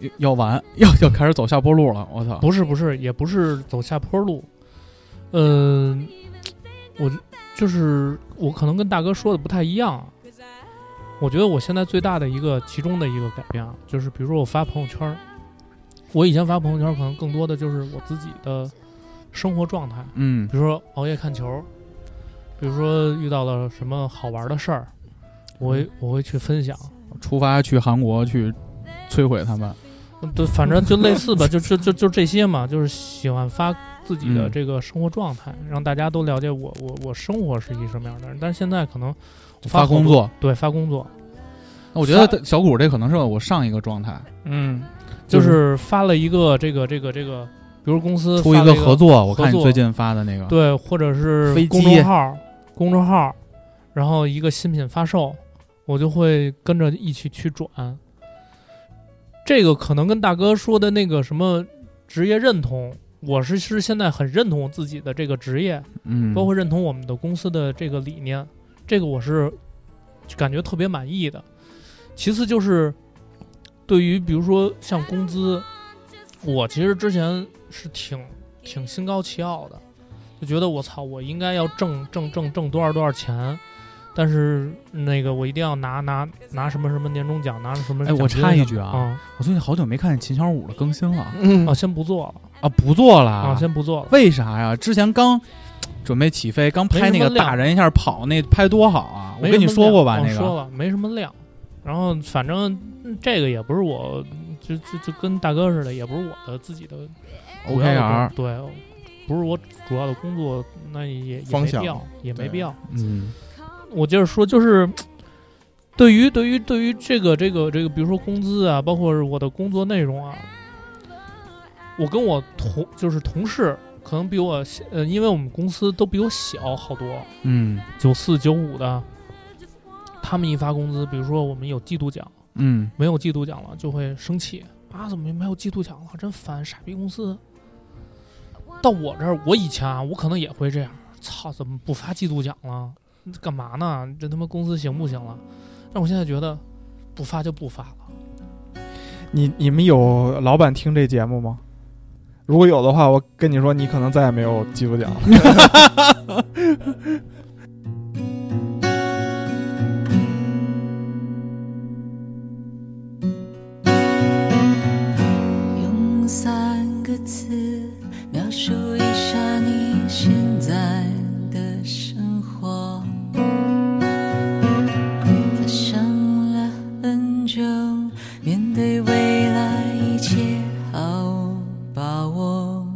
要要完， 要要开始走下坡路了。我操，不是不是，也不是走下坡路，嗯、我就是我可能跟大哥说的不太一样。啊我觉得我现在最大的一个其中的一个改变啊，就是比如说我发朋友圈儿，我以前发朋友圈儿可能更多的就是我自己的生活状态，嗯，比如说熬夜看球，比如说遇到了什么好玩的事儿，我会我会去分享。出发去韩国去摧毁他们，嗯对，反正就类似吧，就就就就这些嘛，就是喜欢发自己的嗯这个生活状态，让大家都了解我我我生活是一什么样的人。但是现在可能我发好多工，作。对发工作，那我觉得小谷这可能是我上一个状态，嗯，就是发了一个这个这个这个，比如公司出发一了个一合作，我合看你作最近发的那个，对，或者是飞公机众号公众号，然后一个新品发售，我就会跟着一起去转。这个可能跟大哥说的那个什么职业认同，我是是现在很认同我自己的这个职业，嗯，包括认同我们的公司的这个理念，这个我是感觉特别满意的。其次就是对于比如说像工资，我其实之前是挺挺心高气傲的，就觉得我操，我应该要挣挣挣挣多少多少钱。但是那个我一定要拿拿拿什么什么年终奖，拿什么哎我奖金插一什么句啊啊、我最近好久没看见秦小五的更新了嗯啊，先不做了啊，不做了啊，先不做了。为啥呀？之前刚准备起飞，刚拍那没什个么大量人一下跑那拍多好啊！我没跟你什么说过吧，量那哦说个了没什么量。然后反正嗯这个也不是我，就就就跟大哥似的，也不是我的自己的主要的 OKR，工对，不是我主要的工作，那也也方没向必要，也没对必要。嗯，我接着说，就是对于对于对于这个这个这个，比如说工资啊，包括是我的工作内容啊，我跟我同就是同事，可能比我小呃，因为我们公司都比我小好多，嗯九四九五的，他们一发工资，比如说我们有季度奖，嗯没有季度奖了就会生气啊，怎么没有季度奖了？真烦，傻逼公司。到我这儿，我以前啊，我可能也会这样，操，怎么不发季度奖了？干嘛呢？这他妈公司行不行了？但我现在觉得，不发就不发了。你你们有老板听这节目吗？如果有的话，我跟你说，你可能再也没有季度奖了。用三个字描述一下你现在的生活。他想了很久，面对未来一切好把握。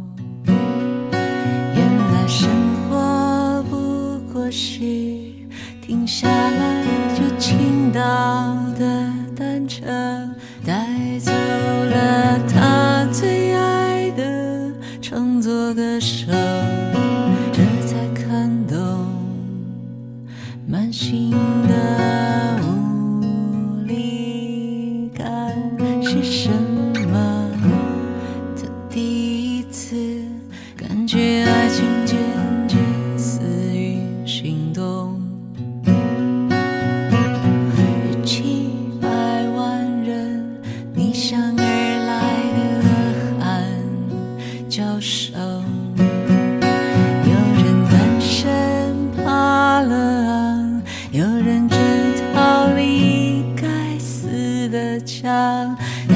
原来生活不过是停下来就倾倒的单车，带走了他最爱的创作歌手，这才看懂满心的无力感是什么。他第一次感觉爱情简直死于行动，与七百万人逆向而来的呐喊叫声。有人单身爬了岸，有人正逃离该死的家。大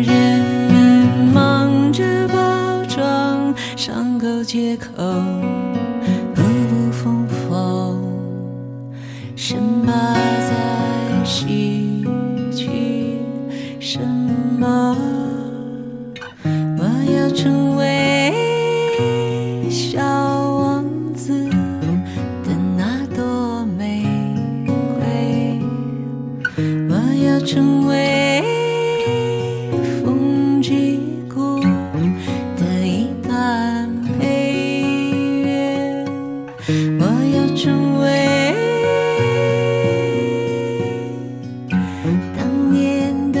人们忙着包装伤口借口，步步缝缝，深扒在洗去什么？我要成为小王子的那朵玫瑰，我要成为风之谷的一段配乐，我要成为当年的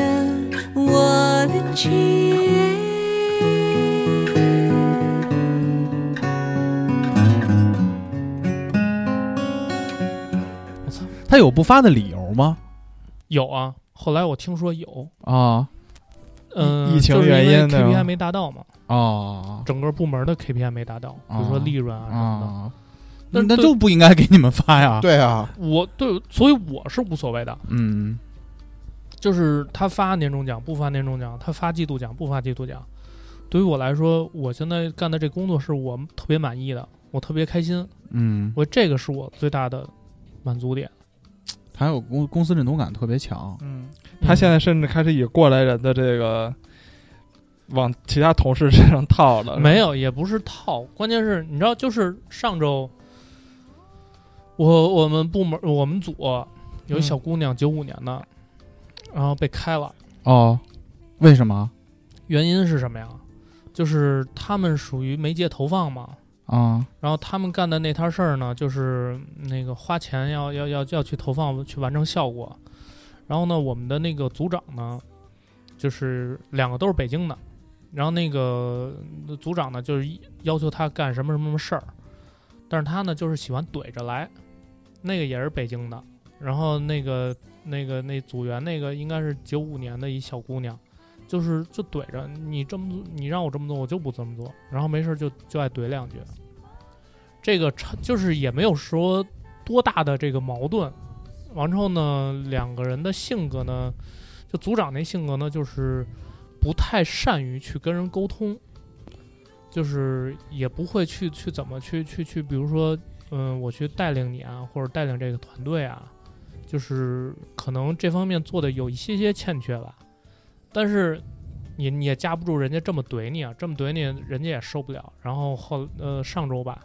我的七月。他有不发的理由吗？有啊，后来我听说有，啊嗯、疫情原因的 KPI 没达到嘛，哦啊整个部门的 KPI 啊没达到，比如说利润啊什么的。啊但是那就不应该给你们发呀。，对啊，我对，所以我是无所谓的。嗯，就是他发年终奖不发年终奖，他发季度奖不发季度奖，对于我来说，我现在干的这工作是我特别满意的，我特别开心，嗯，我这个是我最大的满足点。还有公公司认同感特别强，嗯，他现在甚至开始以过来人的这个往其他同事身上套了。嗯没有，也不是套，关键是你知道，就是上周我我们部门我们组有一小姑娘九五年的，然后被开了，哦，为什么原因是什么呀？就是他们属于媒介投放嘛，啊？然后他们干的那摊事儿呢，就是那个花钱要要要要去投放去完成效果。然后呢，我们的那个组长呢，就是两个都是北京的，然后那个呃组长呢，就是一要求他干什么什么什么事儿，但是他呢就是喜欢怼着来，那个也是北京的，然后那个那个那组员那个应该是九五年的一小姑娘，就是就怼着你这么做，你让我这么做，我就不这么做，然后没事儿就就爱怼两句，这个差就是也没有说多大的这个矛盾，完之后呢，两个人的性格呢，就组长那性格呢，就是不太善于去跟人沟通，就是也不会去去怎么去去去，比如说，嗯，我去带领你啊，或者带领这个团队啊，就是可能这方面做的有一些些欠缺吧，但是你你也架不住人家这么怼你啊，这么怼你，人家也受不了。然后后呃上周吧，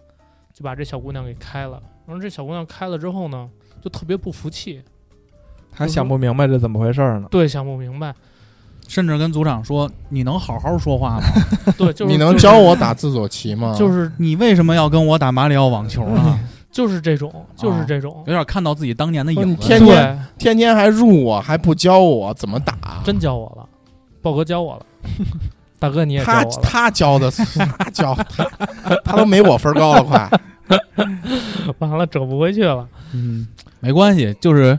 就把这小姑娘给开了。然后这小姑娘开了之后呢，就特别不服气，还想不明白这怎么回事儿呢。对，想不明白，甚至跟组长说：“你能好好说话吗？对，就是你能教我打自走棋 吗？就是就是你为什么要跟我打马里奥网球呢就是这啊种，就是这 种，有点看到自己当年的说影你子。天天对，天天还入我，还不教我怎么打。真教我了，豹哥教我了， 大哥你也教他我了， 他教的，他教他他都没我分高了， 快！完了整不回去了，嗯，没关系，就是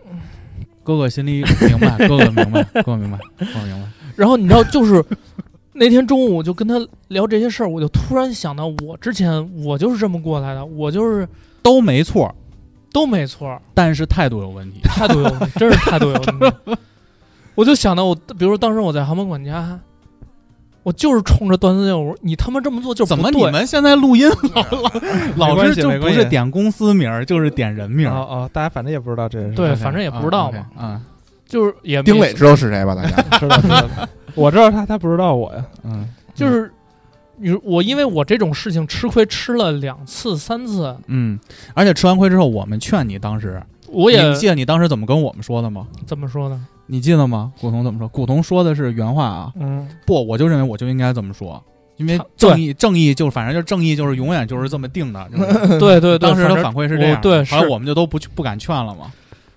哥哥心里明 白，哥哥明白，哥哥明白，哥哥明白。然后你知道，就是 那天中午我就跟他聊这些事儿，我就突然想到，我之前我就是这么过来的，我就是都没错，都没错儿，但是态度有问题。态度有问题，真是态度有问题。我就想到我，比如说当时我在航班管家，我就是冲着段思佑，我说你他妈这么做就是怎不么对你们现在录音 老没老关是系就没不关是系点公司名儿，就是点人名哦儿？哦，大家反正也不知道这是对啊 OK，反正也不知道嘛嗯就是也没丁磊知道是谁吧？大家知道知道。我知道他，他不知道我呀。 ，OK，嗯就是你我因为我这种事情吃亏吃了两次三次，嗯。而且吃完亏之后，我们劝你当时，我也你记得你当时怎么跟我们说的吗？怎么说 呢？你记得吗？古潼怎么说？古潼说的是原话啊，嗯，不，我就认为我就应该这么说，因为他正义，正义就是反正就是正义就是永远就是这么定的。就是对对对，当时反的正反馈哦是这样我的，对后来是我们就都不去不敢劝了嘛。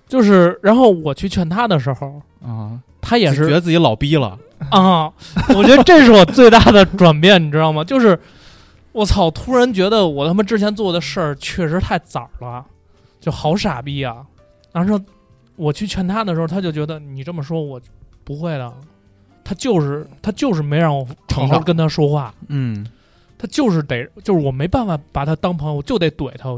就是，然后我去劝他的时候，啊，他也觉是得自己老逼了， 啊，我觉得这是我最大的转变，你知道吗？就是我操，突然觉得我他妈之前做的事儿确实太早了，就好傻逼啊！然后我去劝他的时候，他就觉得你这么说我不会的，他就是他就是没让我好成好长。跟他说话，嗯，他就是得，就是我没办法把他当朋友，我就得怼他。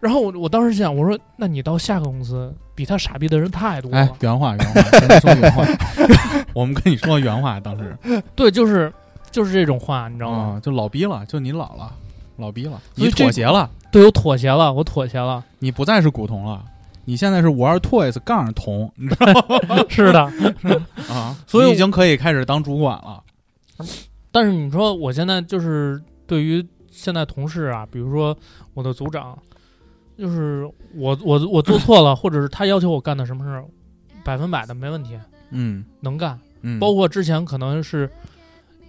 然后我我当时想，我说，那你到下个公司，比他傻逼的人太多了。哎，原话 原话，跟你说原话， 我们跟你说原话，当时对，就是就是这种话，你知道吗？啊，就老逼了，就你老了，老逼了，所以你这妥协了，对，我妥协了，我妥协了。你不再是古铜了。你现在是五二 toys 杠铜，你知道是的，啊？所以你已经可以开始当主管了。但是你说我现在就是对于现在同事啊，比如说我的组长，就是我我我做错了，或者是他要求我干的什么事儿，百分百的没问题，嗯能干。嗯，包括之前可能是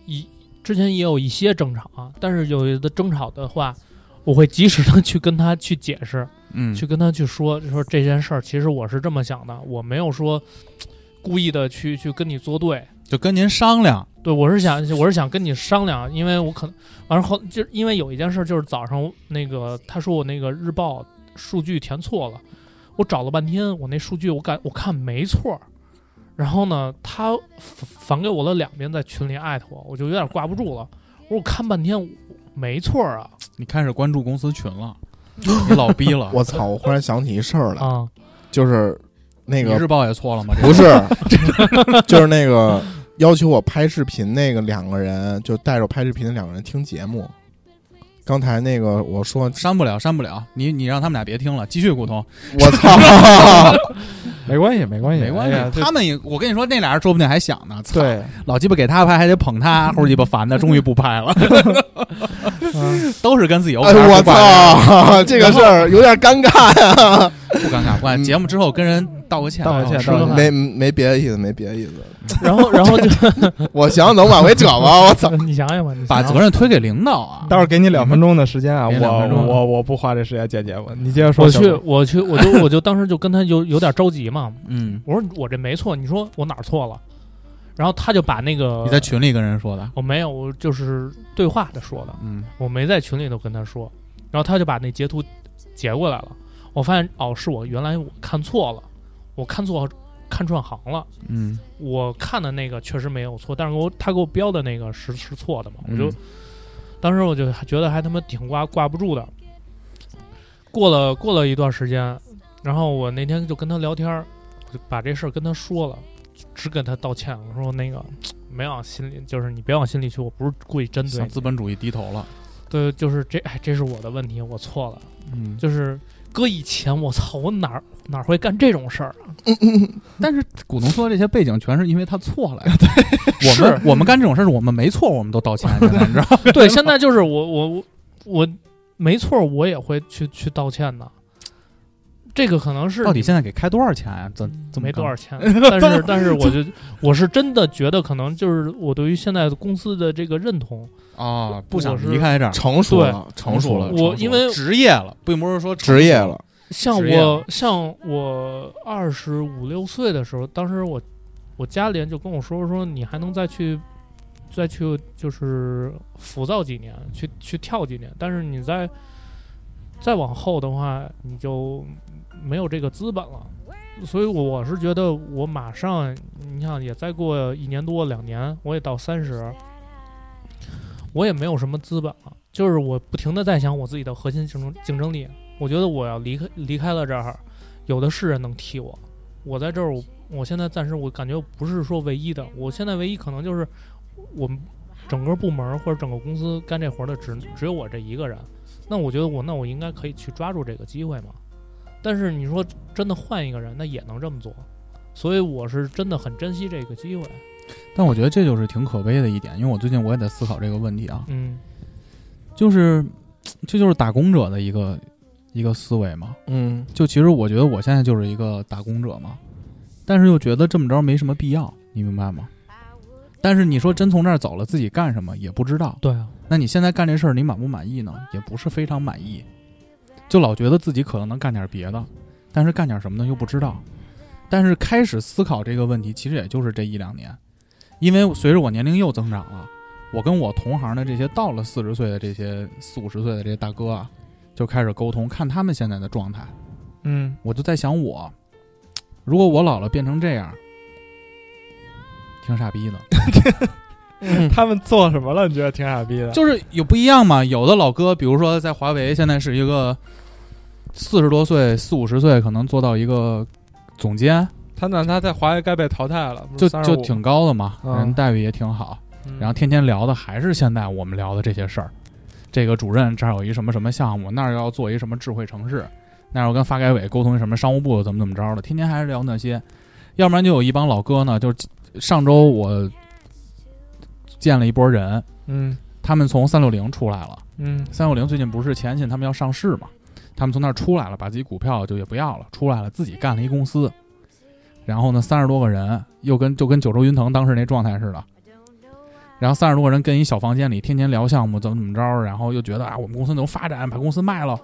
一之前也有一些争吵啊，但是有的争吵的话，我会及时的去跟他去解释，嗯去跟他去说，就说这件事儿其实我是这么想的，我没有说故意的去去跟你作对。就跟您商量，对，我是想，我是想跟你商量，因为我可能完了后，就是因为有一件事，就是早上呃那个他说我那个日报数据填错了，我找了半天，我那数据我感我看没错儿，然后呢，他反反给我了两遍，在群里艾特我，我就有点挂不住了，我说我看半天我没错儿啊， 你开始关注公司群了。你老逼了 我操！我忽然想起一事儿来，啊， 就是那你个日报也错了吗？这个不是， 就是那个要求我拍视频那个两个人，就带着我拍视频的两个人听节目。刚才那个我 说删不了，删不了。你你让他们俩别听了，继续骨头，我操，没关系，没关系，没关系。哎呀这他们也，我跟你说，那俩人说不定还想呢。操，对，老鸡巴给他拍，还得 捧他，齁鸡巴烦的，终于不拍了。嗯都是跟自己有哎我，操，这个事儿有点尴尬 呀、不尴尬，不尴尬。节目之后跟人道个歉，嗯道啊个歉吃个道个饭歉没没别的意思，没别的意思。然后然后就我想想能往回扯吗？我操！你想想吧，你想把想责任推给领导啊。 待会儿给你两分钟的时间啊， 给两分我钟我我不花这时间剪节目，你接着说。我小去狗，我去，我就我就当时就跟他有有点着急嘛，嗯，我说我这没错，你说我哪儿错了？然后他就把那个你在群里跟人说的，我没有，我就是对话的说的，嗯，我没在群里头跟他说，然后他就把那截图截过来了，我发现哦，是我原来我看错了，我看错看串行了。嗯，我看的那个确实没有错，但是给我他给我标的那个是是错的嘛，我嗯就、当时我就还觉得还他妈挺挂挂不住的。过了过了一段时间，然后我那天就跟他聊天儿，我就把这事儿跟他说了，只跟他道歉，我说那个没往心里，就是你别往心里去，我不是故意针对向你， 资本主义低头了。对，就是这哎，这是我的问题，我错了，嗯，就是搁以前我操，我哪儿哪儿会干这种事儿啊？但是股东说的这些背景全是因为他错 了呀。我是们我们干这种事儿，我们没错，我们都道歉，现在你 知道吗？ 对，现在就是我我我我没错儿，我也会去去道歉的。这个可能是嗯到底现在给开多少钱呀？怎怎么没多干少 钱，但是但是我就我是真的觉得可能就是我对于现在公司的这个认同，啊？不我想是离开这儿，成熟了，成熟了，我因为职业了，并不是说成职业了，像职业我像我二十五六岁的时候，当时我我家里人就跟我说说你还能再去再去就是浮躁几年，去去跳几年，但是你再再往后的话，你就没有这个资本了。所以我是觉得我马上，你看也再过一年多两年，我也到三十，我也没有什么资本了，就是我不停的在想我自己的核心竞争竞争力。我觉得我要离开离开了这儿，有的是人能替我。我在这儿，我我现在暂时我感觉不是说唯一的，我现在唯一可能就是我们整个部门或者整个公司干这活儿的只只有我这一个人。那我觉得我那我应该可以去抓住这个机会嘛。但是你说真的换一个人，那也能这么做。所以我是真的很珍惜这个机会。但我觉得这就是挺可悲的一点，因为我最近我也在思考这个问题啊，嗯，就是这就是打工者的一个一个思维嘛。嗯，就其实我觉得我现在就是一个打工者嘛，但是又觉得这么着没什么必要，你明白吗？但是你说真从这儿走了，自己干什么也不知道。对啊，那你现在干这事儿，你满不满意呢？也不是非常满意，就老觉得自己可能能干点别的，但是干点什么呢又不知道。但是开始思考这个问题，其实也就是这一两年，因为随着我年龄又增长了，我跟我同行的这些到了四十岁的这些四五十岁的这些大哥啊，就开始沟通，看他们现在的状态。嗯，我就在想我，如果我老了变成这样，挺傻逼的。嗯他们做什么了？你觉得挺傻逼的？就是有不一样嘛。有的老哥，比如说在华为，现在是一个四十多岁、四五十岁，可能做到一个总监，他那他在华为该被淘汰了，不就是就35挺高的嘛，嗯人待遇也挺好。嗯然后天天聊的还是现在我们聊的这些事儿。这个主任这儿有一什么什么项目，那儿要做一什么智慧城市，那儿要跟发改委沟通什么商务部怎么怎么着的，天天还是聊那些。要不然就有一帮老哥呢，就是上周我见了一波人，嗯他们从三六零出来了。嗯三六零最近不是前信他们要上市嘛，他们从那儿出来了，把自己股票就也不要了，出来了自己干了一公司，然后呢三十多个人又跟就跟九州云腾当时那状态似的，然后三十多个人跟一小房间里天天聊项目怎么怎么着，然后又觉得啊我们公司能发展，把公司卖了，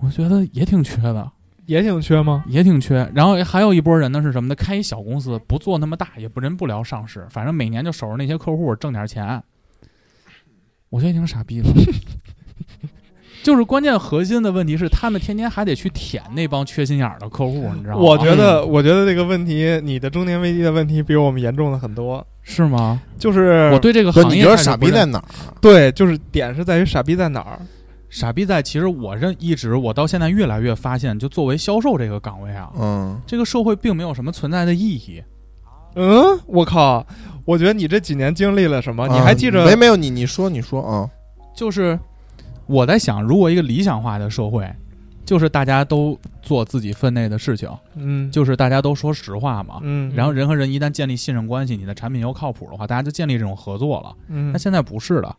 我觉得也挺缺的，也挺缺吗？也挺缺。然后还有一波人呢是什么呢？开一小公司，不做那么大，也不人不聊上市，反正每年就守着那些客户挣点钱。我觉得挺傻逼的。就是关键核心的问题是，他们天天还得去舔那帮缺心眼儿的客户，你知道吗？我觉得，嗯我觉得这个问题，你的中年危机的问题比我们严重的很多。是吗？就是我对这个不是行你业觉得态度傻不逼认在哪儿？啊对，就是点是在于傻逼在哪儿。傻逼在，其实我认一直我到现在越来越发现，就作为销售这个岗位啊，嗯，这个社会并没有什么存在的意义。嗯，我靠，我觉得你这几年经历了什啊么？啊你还记着嗯没？没有你你说你说啊，就是我在想，如果一个理想化的社会，就是大家都做自己分内的事情，嗯，就是大家都说实话嘛。嗯，然后人和人一旦建立信任关系，你的产品又靠谱的话，大家就建立这种合作了。嗯那，现在不是了，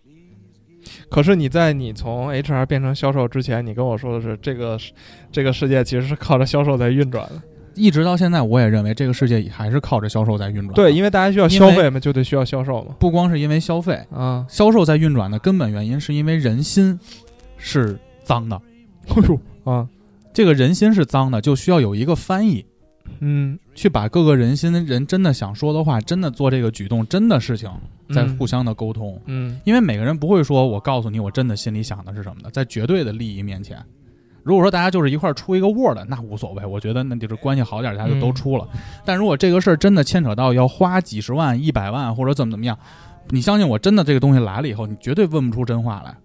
可是你在你从 HR 变成销售之前，你跟我说的是这个世这个世界其实是靠着销售在运转的。一直到现在，我也认为这个世界还是靠着销售在运转的。对，啊因为大家需要因消为费嘛，就得需要销售嘛。不光是因为消费，啊，销售在运转的根本原因是因为人心是脏的，哎呦啊，这个人心是脏的，就需要有一个翻译嗯，去把各个人心人真的想说的话，真的做这个举动，真的事情，在嗯互相的沟通。嗯因为每个人不会说我告诉你我真的心里想的是什么的，在绝对的利益面前。如果说大家就是一块儿出一个 Word，那无所谓，我觉得那就是关系好点儿，大家就嗯都出了。但如果这个事儿真的牵扯到要花几十万、一百万或者怎么怎么样，你相信我，真的这个东西来了以后，你绝对问不出真话来。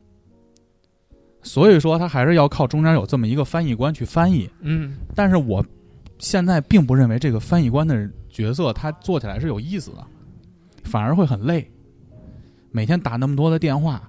所以说，他还是要靠中间有这么一个翻译官去翻译。嗯，但是我现在并不认为这个翻译官的角色他做起来是有意思的，反而会很累，每天打那么多的电话，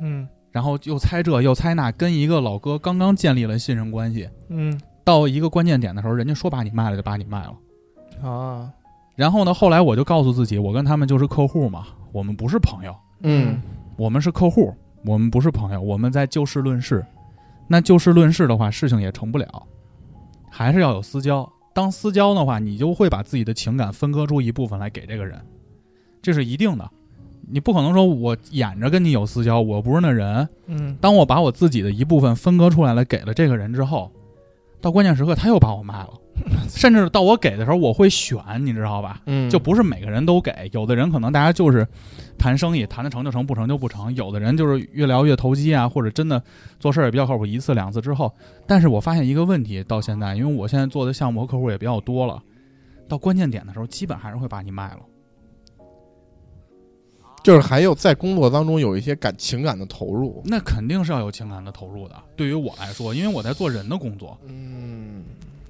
嗯然后又猜这又猜那，跟一个老哥刚刚建立了信任关系，嗯到一个关键点的时候，人家说把你卖了就把你卖了。啊，然后呢，后来我就告诉自己，我跟他们就是客户嘛，我们不是朋友，嗯我们是客户，我们不是朋友，我们在就事论事。那就事论事的话，事情也成不了，还是要有私交。当私交的话，你就会把自己的情感分割出一部分来给这个人，这是一定的。你不可能说我演着跟你有私交，我又不是那人。嗯当我把我自己的一部分分割出来了，给了这个人之后，到关键时刻他又把我卖了，甚至到我给的时候，我会选，你知道吧？嗯就不是每个人都给，有的人可能大家就是谈生意，谈得成就成，不成就不成；有的人就是越聊越投机啊，或者真的做事儿也比较靠谱，一次两次之后。但是我发现一个问题，到现在，因为我现在做的项目和客户也比较多了，到关键点的时候，基本还是会把你卖了。就是还有在工作当中有一些感情感的投入，那肯定是要有情感的投入的。对于我来说，因为我在做人的工作，嗯，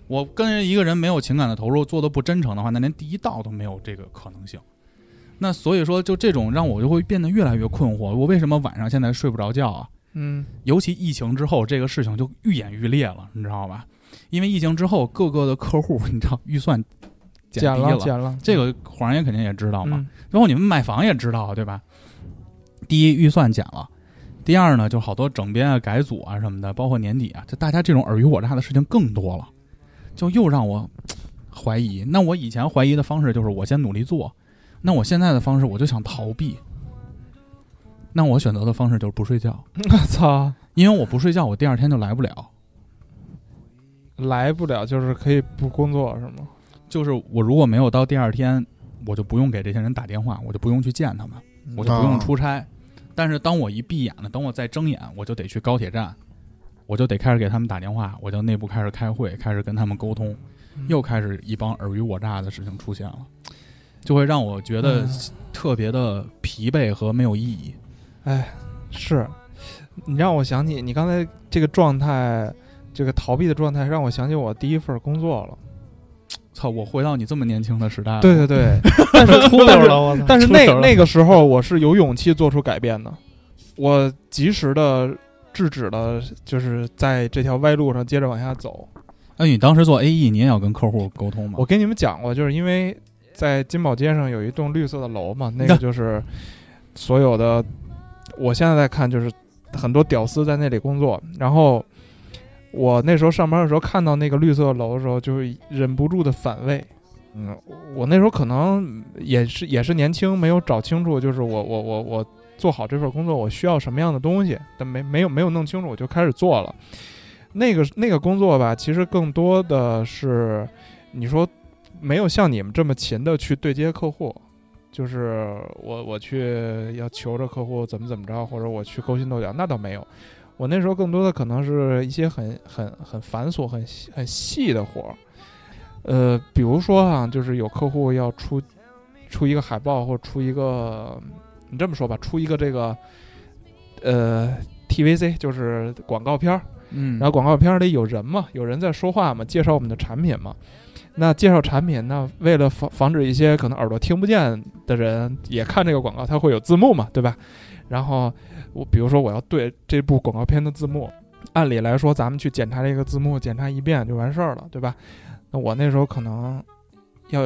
我跟一个人没有情感的投入，做的不真诚的话，那连第一道都没有这个可能性。那所以说，就这种让我就会变得越来越困惑。我为什么晚上现在睡不着觉啊？嗯尤其疫情之后，这个事情就愈演愈烈了，你知道吧？因为疫情之后，各个的客户，你知道预算减减低了减了，这个黄爷肯定也知道嘛。嗯然后你们买房也知道，对吧？第一，预算减了；第二呢，就好多整编啊、改组啊什么的，包括年底啊，就大家这种尔虞我诈的事情更多了，就又让我嘖怀疑。那我以前怀疑的方式就是我先努力做，那我现在的方式我就想逃避。那我选择的方式就是不睡觉，我嗯 操，因为我不睡觉，我第二天就来不了。来不了就是可以不工作是吗？就是我如果没有到第二天，我就不用给这些人打电话，我就不用去见他们，嗯我就不用出差。但是当我一闭眼了，等我再睁眼，我就得去高铁站，我就得开始给他们打电话，我就内部开始开会，开始跟他们沟通，嗯又开始一帮尔虞我诈的事情出现了，就会让我觉得嗯特别的疲惫和没有意义。是，你让我想起你刚才这个状态，这个逃避的状态，让我想起我第一份工作了。操！我回到你这么年轻的时代了，啊对对对，但是秃 但噜是了， 我操！但是那秃噜了那个时候我是有勇气做出改变的，我及时的制止了，就是在这条歪路上接着往下走。哎，你当时做 AE，你也要跟客户沟通吗？我跟你们讲过，就是因为在金宝街上有一栋绿色的楼嘛， 那个就是所有的，我现在在看就是很多屌丝在那里工作，然后。我那时候上班的时候看到那个绿色楼的时候，就是忍不住的反胃。嗯，我那时候可能也是也是年轻，没有找清楚，就是我我我我做好这份工作，我需要什么样的东西，但没没有没有弄清楚，我就开始做了。那个那个工作吧，其实更多的是你说没有像你们这么勤的去对接客户，就是我我去要求着客户怎么怎么着，或者我去勾心斗角，那倒没有。我那时候更多的可能是一些很很很繁琐、很细很细的活儿，呃，比如说啊，就是有客户要出出一个海报，或出一个，你这么说吧，出一个这个呃 TVC，就是广告片儿。嗯，然后广告片儿里有人嘛，有人在说话嘛，介绍我们的产品嘛。那介绍产品，那为了防防止一些可能耳朵听不见的人也看这个广告，它会有字幕嘛，对吧？然后我比如说我要对这部广告片的字幕，按理来说咱们去检查这个字幕，检查一遍就完事儿了，对吧？那我那时候可能要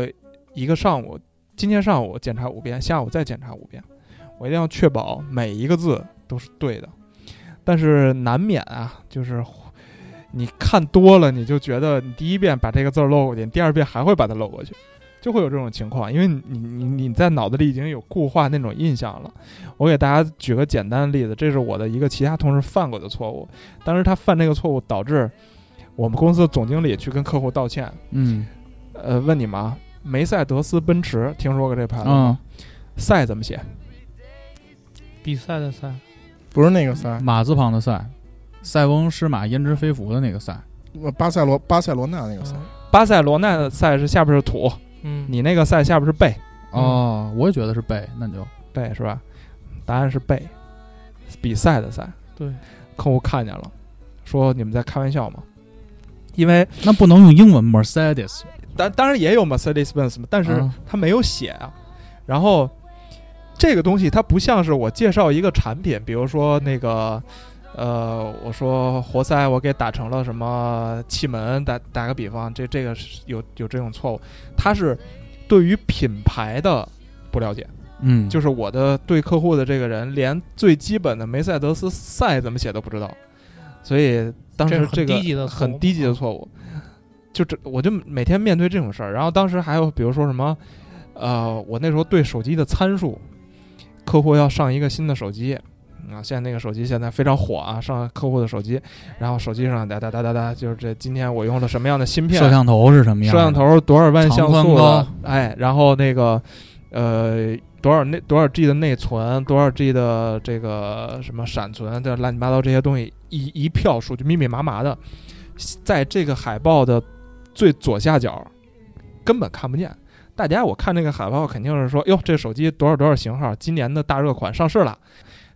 一个上午，今天上午检查五遍，下午再检查五遍，我一定要确保每一个字都是对的。但是难免啊，就是你看多了，你就觉得你第一遍把这个字儿漏过去，第二遍还会把它漏过去，就会有这种情况，因为你你你你在脑子里已经有固化那种印象了。我给大家举个简单的例子，这是我的一个其他同事犯过的错误，当时他犯这个错误导致我们公司的总经理去跟客户道歉，嗯呃，问你们啊，梅赛德斯奔驰听说过这牌子 吗？嗯，赛怎么写？比赛的赛，不是那个赛，马字旁的赛，塞翁失马焉知非福的那个赛，巴塞罗巴塞罗那那个赛，巴塞罗那的赛是下边是土，嗯，你那个赛下边是贝，哦，我也觉得是背，那就贝是吧？答案是贝，比赛的赛。对，客户看见了，说你们在开玩笑吗？因为那不能用英文 Mercedes，当当然也有 Mercedes Benz 嘛，但是啊他没有写啊。然后这个东西它不像是我介绍一个产品，比如说那个呃，我说活塞我给打成了什么气门，打打个比方，这这个是有有这种错误，它是对于品牌的不了解。嗯，就是我的对客户的这个人，连最基本的梅赛德斯赛怎么写都不知道，所以当时这这是很个低级的错误啊很低级的错误，就这我就每天面对这种事儿。然后当时还有比如说什么，呃，我那时候对手机的参数，客户要上一个新的手机。啊，现在那个手机现在非常火啊，上客户的手机，然后手机上哒哒哒哒哒，就是这今天我用了什么样的芯片，啊摄像头是什么样？摄像，头多少万像长素宽的高，哎，然后那个呃多少内多少 G 的内存，多少 G 的这个什么闪存，这乱七八糟这些东西一一票数据密密麻麻的，在这个海报的最左下角根本看不见。大家我看这个海报肯定是说，哟，这手机多少多少型号，今年的大热款上市了。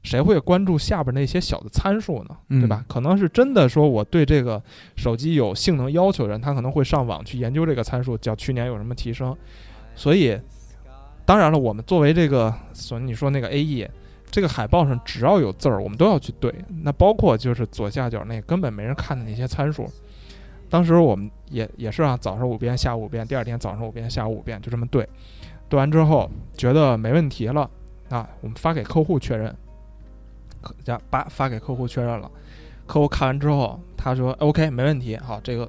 谁会关注下边那些小的参数呢？嗯对吧？可能是真的说我对这个手机有性能要求的人，他可能会上网去研究这个参数，叫去年有什么提升。所以，当然了，我们作为这个，所以你说那个 AE，这个海报上只要有字儿，我们都要去对。那包括就是左下角那根本没人看的那些参数。当时我们也也是啊，早上五遍，下午五遍，第二天早上五遍，下午五遍，就这么对。对完之后觉得没问题了，啊，我们发给客户确认，可加发发给客户确认了。客户看完之后，他说 OK 没问题，好，这个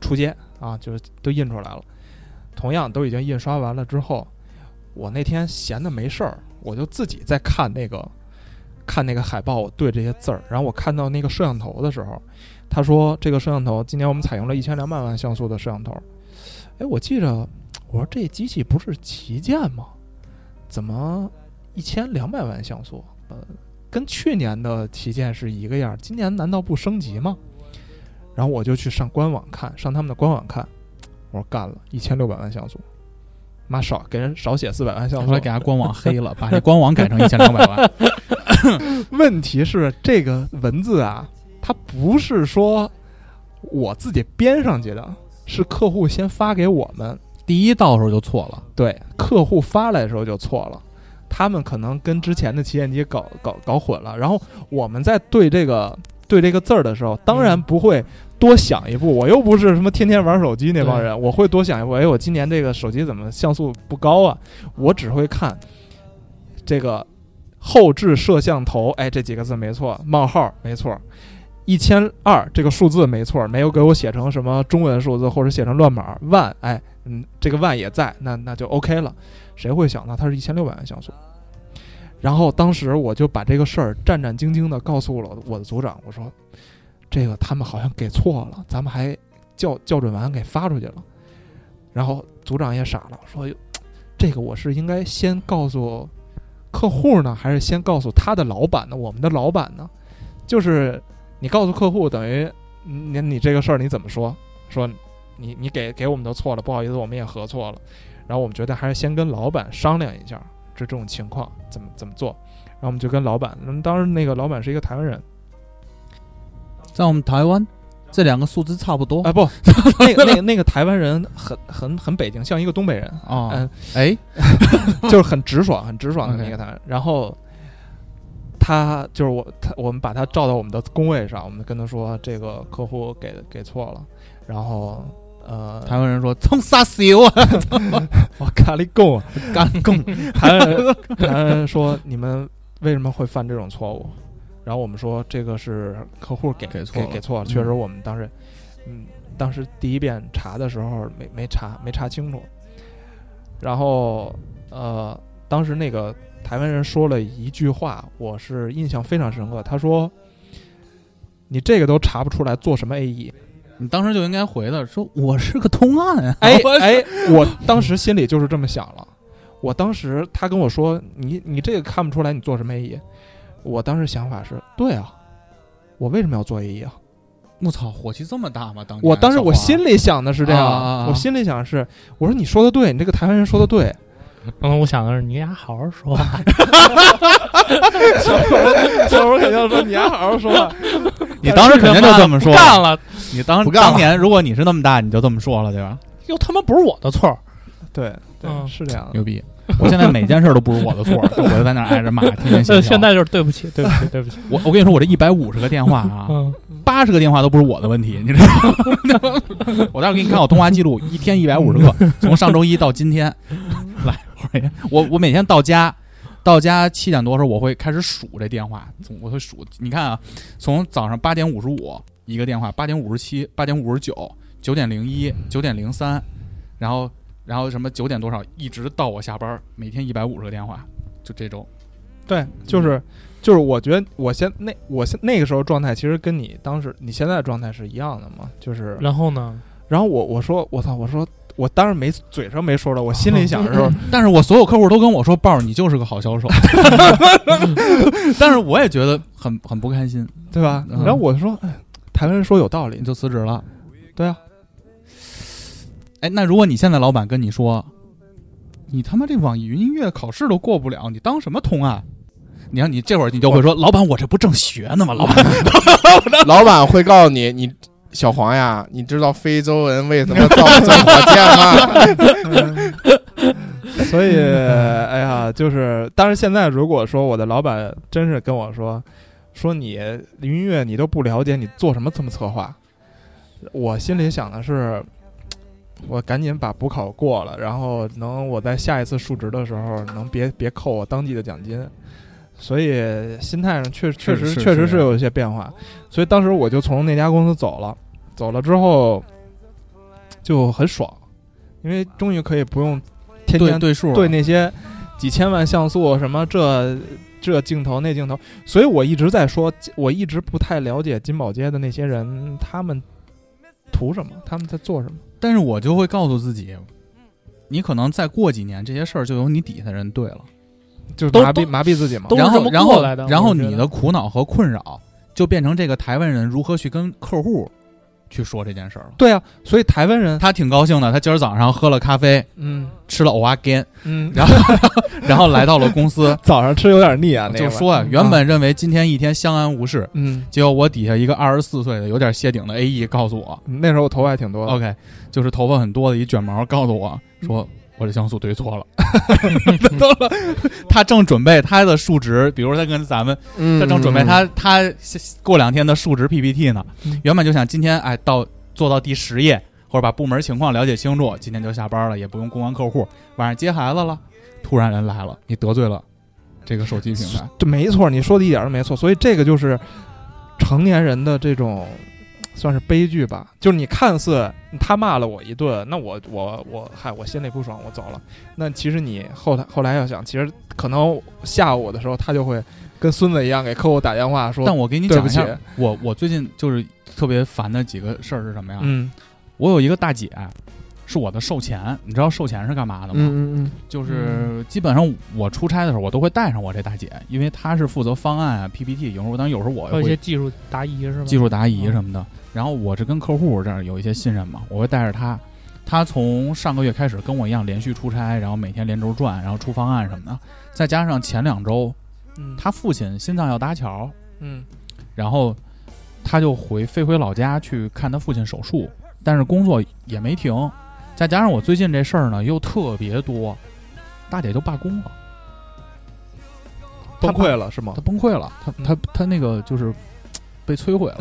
出街啊，就是都印出来了。同样都已经印刷完了之后，我那天闲的没事儿，我就自己在看那个看那个海报，我对这些字儿。然后我看到那个摄像头的时候，他说这个摄像头今年我们采用了一千两百万像素的摄像头。哎，我记着，我说这机器不是旗舰吗？怎么一千两百万像素？呃，跟去年的旗舰是一个样儿，今年难道不升级吗？然后我就去上官网看，上他们的官网看，我说干了，一千六百万像素，妈少给人少写四百万像素，后来给他官网黑了，把这官网改成一千两百万。问题是这个文字啊，它不是说我自己编上去的，是客户先发给我们，第一到时候就错了，对，客户发来的时候就错了，他们可能跟之前的旗舰机搞搞搞混了。然后我们在对这个对这个字儿的时候，当然不会多想一步。我又不是什么天天玩手机那帮人，我会多想一步。哎，我今年这个手机怎么像素不高啊？我只会看这个后置摄像头，哎，这几个字没错，冒号没错。一千二这个数字没错，没有给我写成什么中文数字或者写成乱码万，哎，嗯，这个万也在，那那就 OK 了。谁会想到它是一千六百万像素？然后当时我就把这个事儿战战兢兢的告诉了我的组长，我说这个他们好像给错了，咱们还校校准完给发出去了。然后组长也傻了，说哟这个我是应该先告诉客户呢，还是先告诉他的老板呢？我们的老板呢？就是你告诉客户，等于嗯你你这个事儿你怎么说？说你你给给我们都错了，不好意思，我们也合错了。然后我们觉得还是先跟老板商量一下，嗯这这种情况怎么怎么做。然后我们就跟老板，那么当时那个老板是一个台湾人，在我们台湾，这两个数字啊差不多哎不， 那个那个那个台湾人很很很北京，像一个东北 人，啊嗯。哎，就是很直爽、很直爽的 OK 那个台湾人。然后他就是我，他我们把他照到我们的工位上，我们跟他说这个客户给给错了，然后呃，台湾人说冲啥小啊，我咖喱贡啊，干更 台湾人台湾人说你们为什么会犯这种错误？然后我们说这个是客户给给错给了给错了，确实我们当时嗯当时第一遍查的时候没没查没查清楚，然后呃，当时那个台湾人说了一句话，我是印象非常深刻。他说：“你这个都查不出来，做什么 E AE？” 你当时就应该回他说我是个通案啊，哎我哎， 我当时心里就是这么想了。我当时他跟我说：“你你这个看不出来，你做什么 AE？” 我当时想法是：对啊，我为什么要做 AE 啊？我操，火气这么大吗？当年我当时我小心里想的是这样，啊啊啊我心里想的是，我说你说的对，你这个台湾人说的 对，嗯，我想的是你俩好好说话，小伙肯定说你还好好说话。黄，你当时肯定就这么说不，干了，你当不干了当年如果你是那么大，你就这么说了，对吧？又他妈不是我的错儿， 对对，嗯是这样的。牛逼！我现在每件事都不是我的错，就我就在那儿挨着骂，天 天呃心现在就是对不起，对不起，对不起，我我跟你说，我这一百五十个电话啊，嗯，八十个电话都不是我的问题，你知道吗？ 我待会儿给你看我通话记录，一天一百五十个，从上周一到今天， 来回我我每天到家，到家七点多的时候我会开始数这电话，从我会数，你看啊，从早上八点五十五一个电话，八点五十七，八点五十九，九点零一，九点零三，然后然后什么九点多少，一直到我下班，每天一百五十个电话，就这周，对，就是就是，我觉得我现那我现那个时候状态，其实跟你当时你现在的状态是一样的嘛，就是。然后呢，然后我我说我操，我说我当时没嘴上没说了，我心里想 的时候，但是我所有客户都跟我说：“豹儿，你就是个好销售。” 但是我也觉得很很不开心，对吧？嗯然后我说，哎台湾人说有道理你，就辞职了。对啊，哎，那如果你现在老板跟你说：“你他妈这网易云音乐考试都过不了，你当什么通啊？”你看，你这会儿你就会说：“老板，我这不正学呢吗？”老板， 老板会告诉你，你小黄呀，你知道非洲人为什么造造火箭吗？所以，哎呀，就是，但是现在如果说我的老板真是跟我说，说你音乐你都不了解，你做什么这么策划？我心里想的是，我赶紧把补考过了，然后能我在下一次述职的时候能别别扣我当季的奖金。所以心态上确确实是确实是是有一些变化，所以当时我就从那家公司走了，走了之后就很爽，因为终于可以不用天对天 对数，对那些几千万像素什么这这镜头那镜头，所以我一直在说，我一直不太了解金宝街的那些人，他们图什么，他们在做什么。啊但是我就会告诉自己，你可能再过几年，这些事儿就由你底下人对了。就是都麻痹都麻痹自己嘛都，是然这后么然过后来的然我后觉你得的苦恼和困扰就变成这个台湾人如何去跟客户去说这件事儿了。对啊，所以台湾人，他挺高兴的，他今儿早上喝了咖啡，嗯吃了藕啊干，嗯， 然后然后来到了公司， 早上吃有点腻 啊，那就个说啊，原本认为今天一天相安无事，嗯，结果我底下一个二十四岁的有点歇顶的 AE 告诉我那时候我头发还挺多的， ，OK，就是头发很多的一卷毛告诉我说。嗯我这像素对错了， 到了， 他正准备他的数值，比如他跟咱们嗯他正准备他他过两天的述职 PPT 呢嗯，原本就想今天哎到做到第十页，或者把部门情况了解清楚，今天就下班了，也不用公关客户，晚上接孩子了，突然人来了，你得罪了这个手机平台，这没错，你说的一点都没错，所以这个就是成年人的这种算是悲剧吧，就是你看似他骂了我一顿，那我我我嗨，我心里不爽，我走了。那其实你后来后来要想，其实可能下午的时候他就会跟孙子一样给客户打电话说，但我给你对讲不一起下，，我我最近就是特别烦的几个事儿是什么呀？嗯我有一个大姐，是我的售前，你知道售前是干嘛的吗？嗯嗯就是基本上我出差的时候，我都会带上我这大姐，因为她是负责方案啊、PPT 引入，当然有时候我还有也一会些技术答疑是吧？技术答疑什么的。然后我是跟客户这儿有一些信任嘛，我会带着他。他从上个月开始跟我一样连续出差，然后每天连轴转，然后出方案什么的。再加上前两周嗯他父亲心脏要搭桥，嗯然后他就回飞回老家去看他父亲手术，但是工作也没停，再加上我最近这事儿呢又特别多，大姐就罢工了，崩溃了是吗她？崩溃了，她她她那个就是被摧毁了。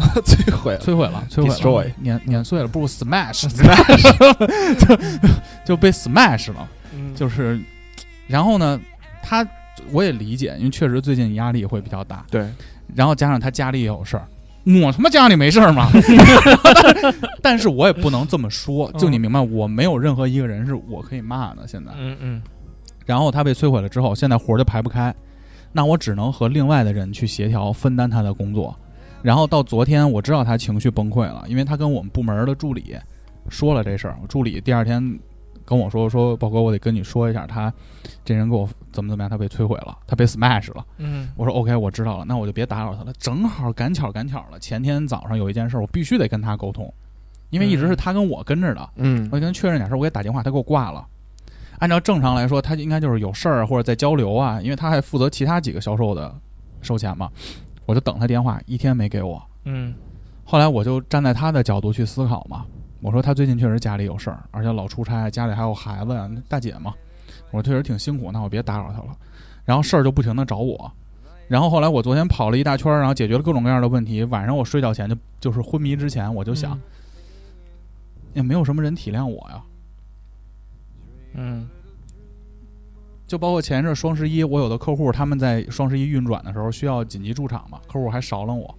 摧毁了，摧毁了，摧毁 Destroy 了，碾碾碎了，不如 smash smash，就就被 smash 了，嗯，就是，然后呢，他我也理解，因为确实最近压力会比较大，对，然后加上他家里也有事儿，我他妈家里没事儿 嘛，但是我也不能这么说，就你嗯明白，我没有任何一个人是我可以骂的现在，嗯嗯，然后他被摧毁了之后，现在活儿就排不开，那我只能和另外的人去协调分担他的工作。然后到昨天，我知道他情绪崩溃了，因为他跟我们部门的助理说了这事儿。助理第二天跟我说说，豹哥，我得跟你说一下，他这人给我怎么怎么样，他被摧毁了，他被 smash 了。嗯，我说 OK，我知道了，那我就别打扰他了。正好赶巧赶巧了，前天早上有一件事儿，我必须得跟他沟通，因为一直是他跟我跟着的。嗯我就跟他确认点事儿，我给他打电话，他给我挂了。按照正常来说，他应该就是有事儿啊或者在交流啊，因为他还负责其他几个销售的收钱嘛。我就等他电话，一天没给我。嗯后来我就站在他的角度去思考嘛，我说他最近确实家里有事儿，而且老出差，家里还有孩子呀，大姐嘛，我确实挺辛苦，那我别打扰他了。然后事儿就不停的找我，然后后来我昨天跑了一大圈儿，然后解决了各种各样的问题。晚上我睡觉前就就是昏迷之前，我就想，也没有什么人体谅我呀。嗯就包括前一阵儿双十一，我有的客户他们在双十一运转的时候需要紧急驻场嘛，客户还少了我。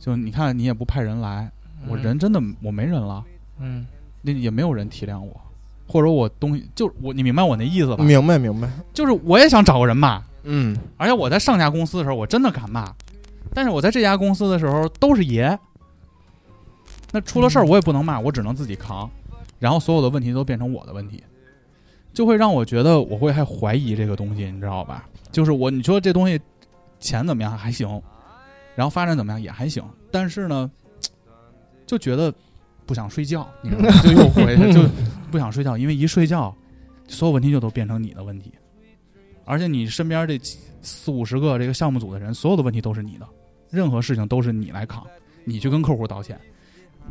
就你看，你也不派人来，我嗯人真的我没人了，嗯那也没有人体谅我，或者我东西就是我，你明白我那意思吧？明白明白，就是我也想找个人骂，嗯而且我在上家公司的时候我真的敢骂，但是我在这家公司的时候都是爷，那出了事儿我也不能骂，我只能自己扛，然后所有的问题都变成我的问题，就会让我觉得我会还怀疑这个东西，你知道吧？就是我你说这东西钱怎么样还行，然后发展怎么样也还行，但是呢，就觉得不想睡觉，你知道吗？就又回去就不想睡觉，因为一睡觉，所有问题就都变成你的问题，而且你身边这几四五十个这个项目组的人，所有的问题都是你的，任何事情都是你来扛，你去跟客户道歉，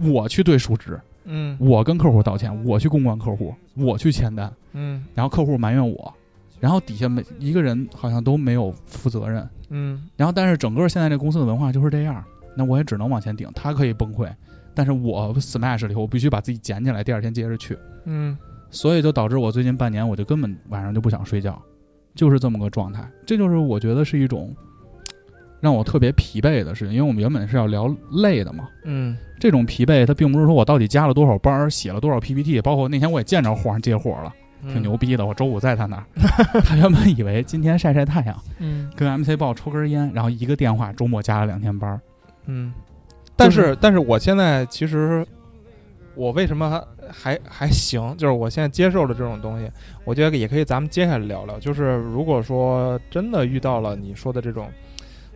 我去对述职，嗯我跟客户道歉，我去公关客户，我去签单，嗯然后客户埋怨我，然后底下每一个人好像都没有负责任，嗯然后但是整个现在这公司的文化就是这样，那我也只能往前顶，他可以崩溃，但是我 smash 了以后，我必须把自己捡起来，第二天接着去，嗯所以就导致我最近半年我就根本晚上就不想睡觉，就是这么个状态。这就是我觉得是一种让我特别疲惫的事情，因为我们原本是要聊累的嘛。嗯这种疲惫，它并不是说我到底加了多少班儿，写了多少 PPT，包括那天我也见着皇上接活了，嗯，挺牛逼的。我周五在他那儿，他原本以为今天晒晒太阳，嗯跟 MC 报抽根烟，然后一个电话，周末加了两天班儿。嗯，但是，但是我现在其实，我为什么还还还行？就是我现在接受了这种东西，我觉得也可以，咱们接下来聊聊。就是如果说真的遇到了你说的这种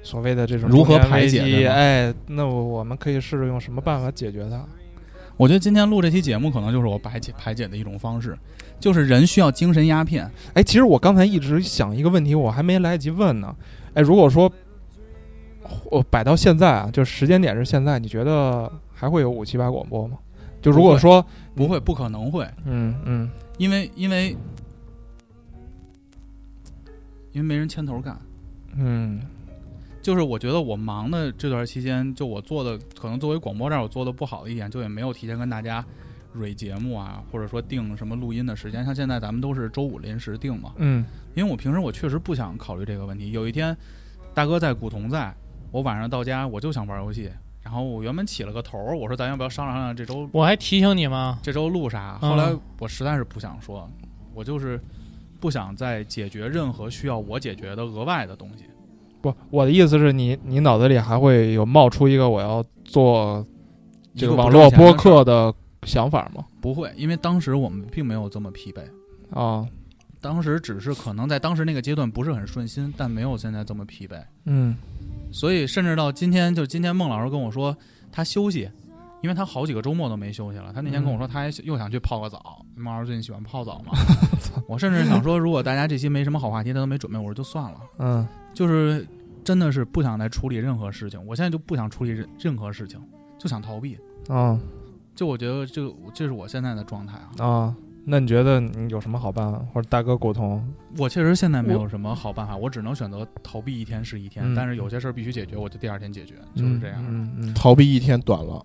所谓的这种如何中年排解危机对吧哎，那我们可以试着用什么办法解决它？我觉得今天录这期节目，可能就是我排解排解的一种方式，就是人需要精神鸦片。哎，其实我刚才一直想一个问题，我还没来得及问呢。哎，如果说我摆到现在啊，就时间点是现在，你觉得还会有五七八广播吗？就如不果会说，不会，不可能会，嗯嗯，因为因为因为没人牵头干。嗯，就是我觉得我忙的这段期间，就我做的可能作为广播这儿我做的不好的一点，就也没有提前跟大家蕊节目啊，或者说定什么录音的时间。像现在咱们都是周五临时定嘛，嗯，因为我平时我确实不想考虑这个问题。有一天，大哥在古潼在，我晚上到家我就想玩游戏，然后我原本起了个头儿，我说咱要不要商量商量这周我还提醒你吗？这周录啥？嗯后来我实在是不想说，我就是不想再解决任何需要我解决的额外的东西。不，我的意思是你，你脑子里还会有冒出一个我要做这个一不网挣络钱的播事儿客的想法吗？不会，因为当时我们并没有这么疲惫，啊，当时只是可能在当时那个阶段不是很顺心，但没有现在这么疲惫。嗯所以甚至到今天，就今天孟老师跟我说他休息，因为他好几个周末都没休息了。他那天跟我说他还又想去泡个澡。孟老师最近喜欢泡澡吗？我甚至想说，如果大家这期没什么好话题，他都没准备，我说就算了。嗯就是真的是不想再处理任何事情，我现在就不想处理任任何事情，就想逃避。啊就我觉得就这是我现在的状态啊，啊，那你觉得你有什么好办法？或者大哥沟通？我确实现在没有什么好办啊法，我只能选择逃避一天是一天，嗯但是有些事儿必须解决，我就第二天解决，就是这样。嗯嗯，逃避一天短了，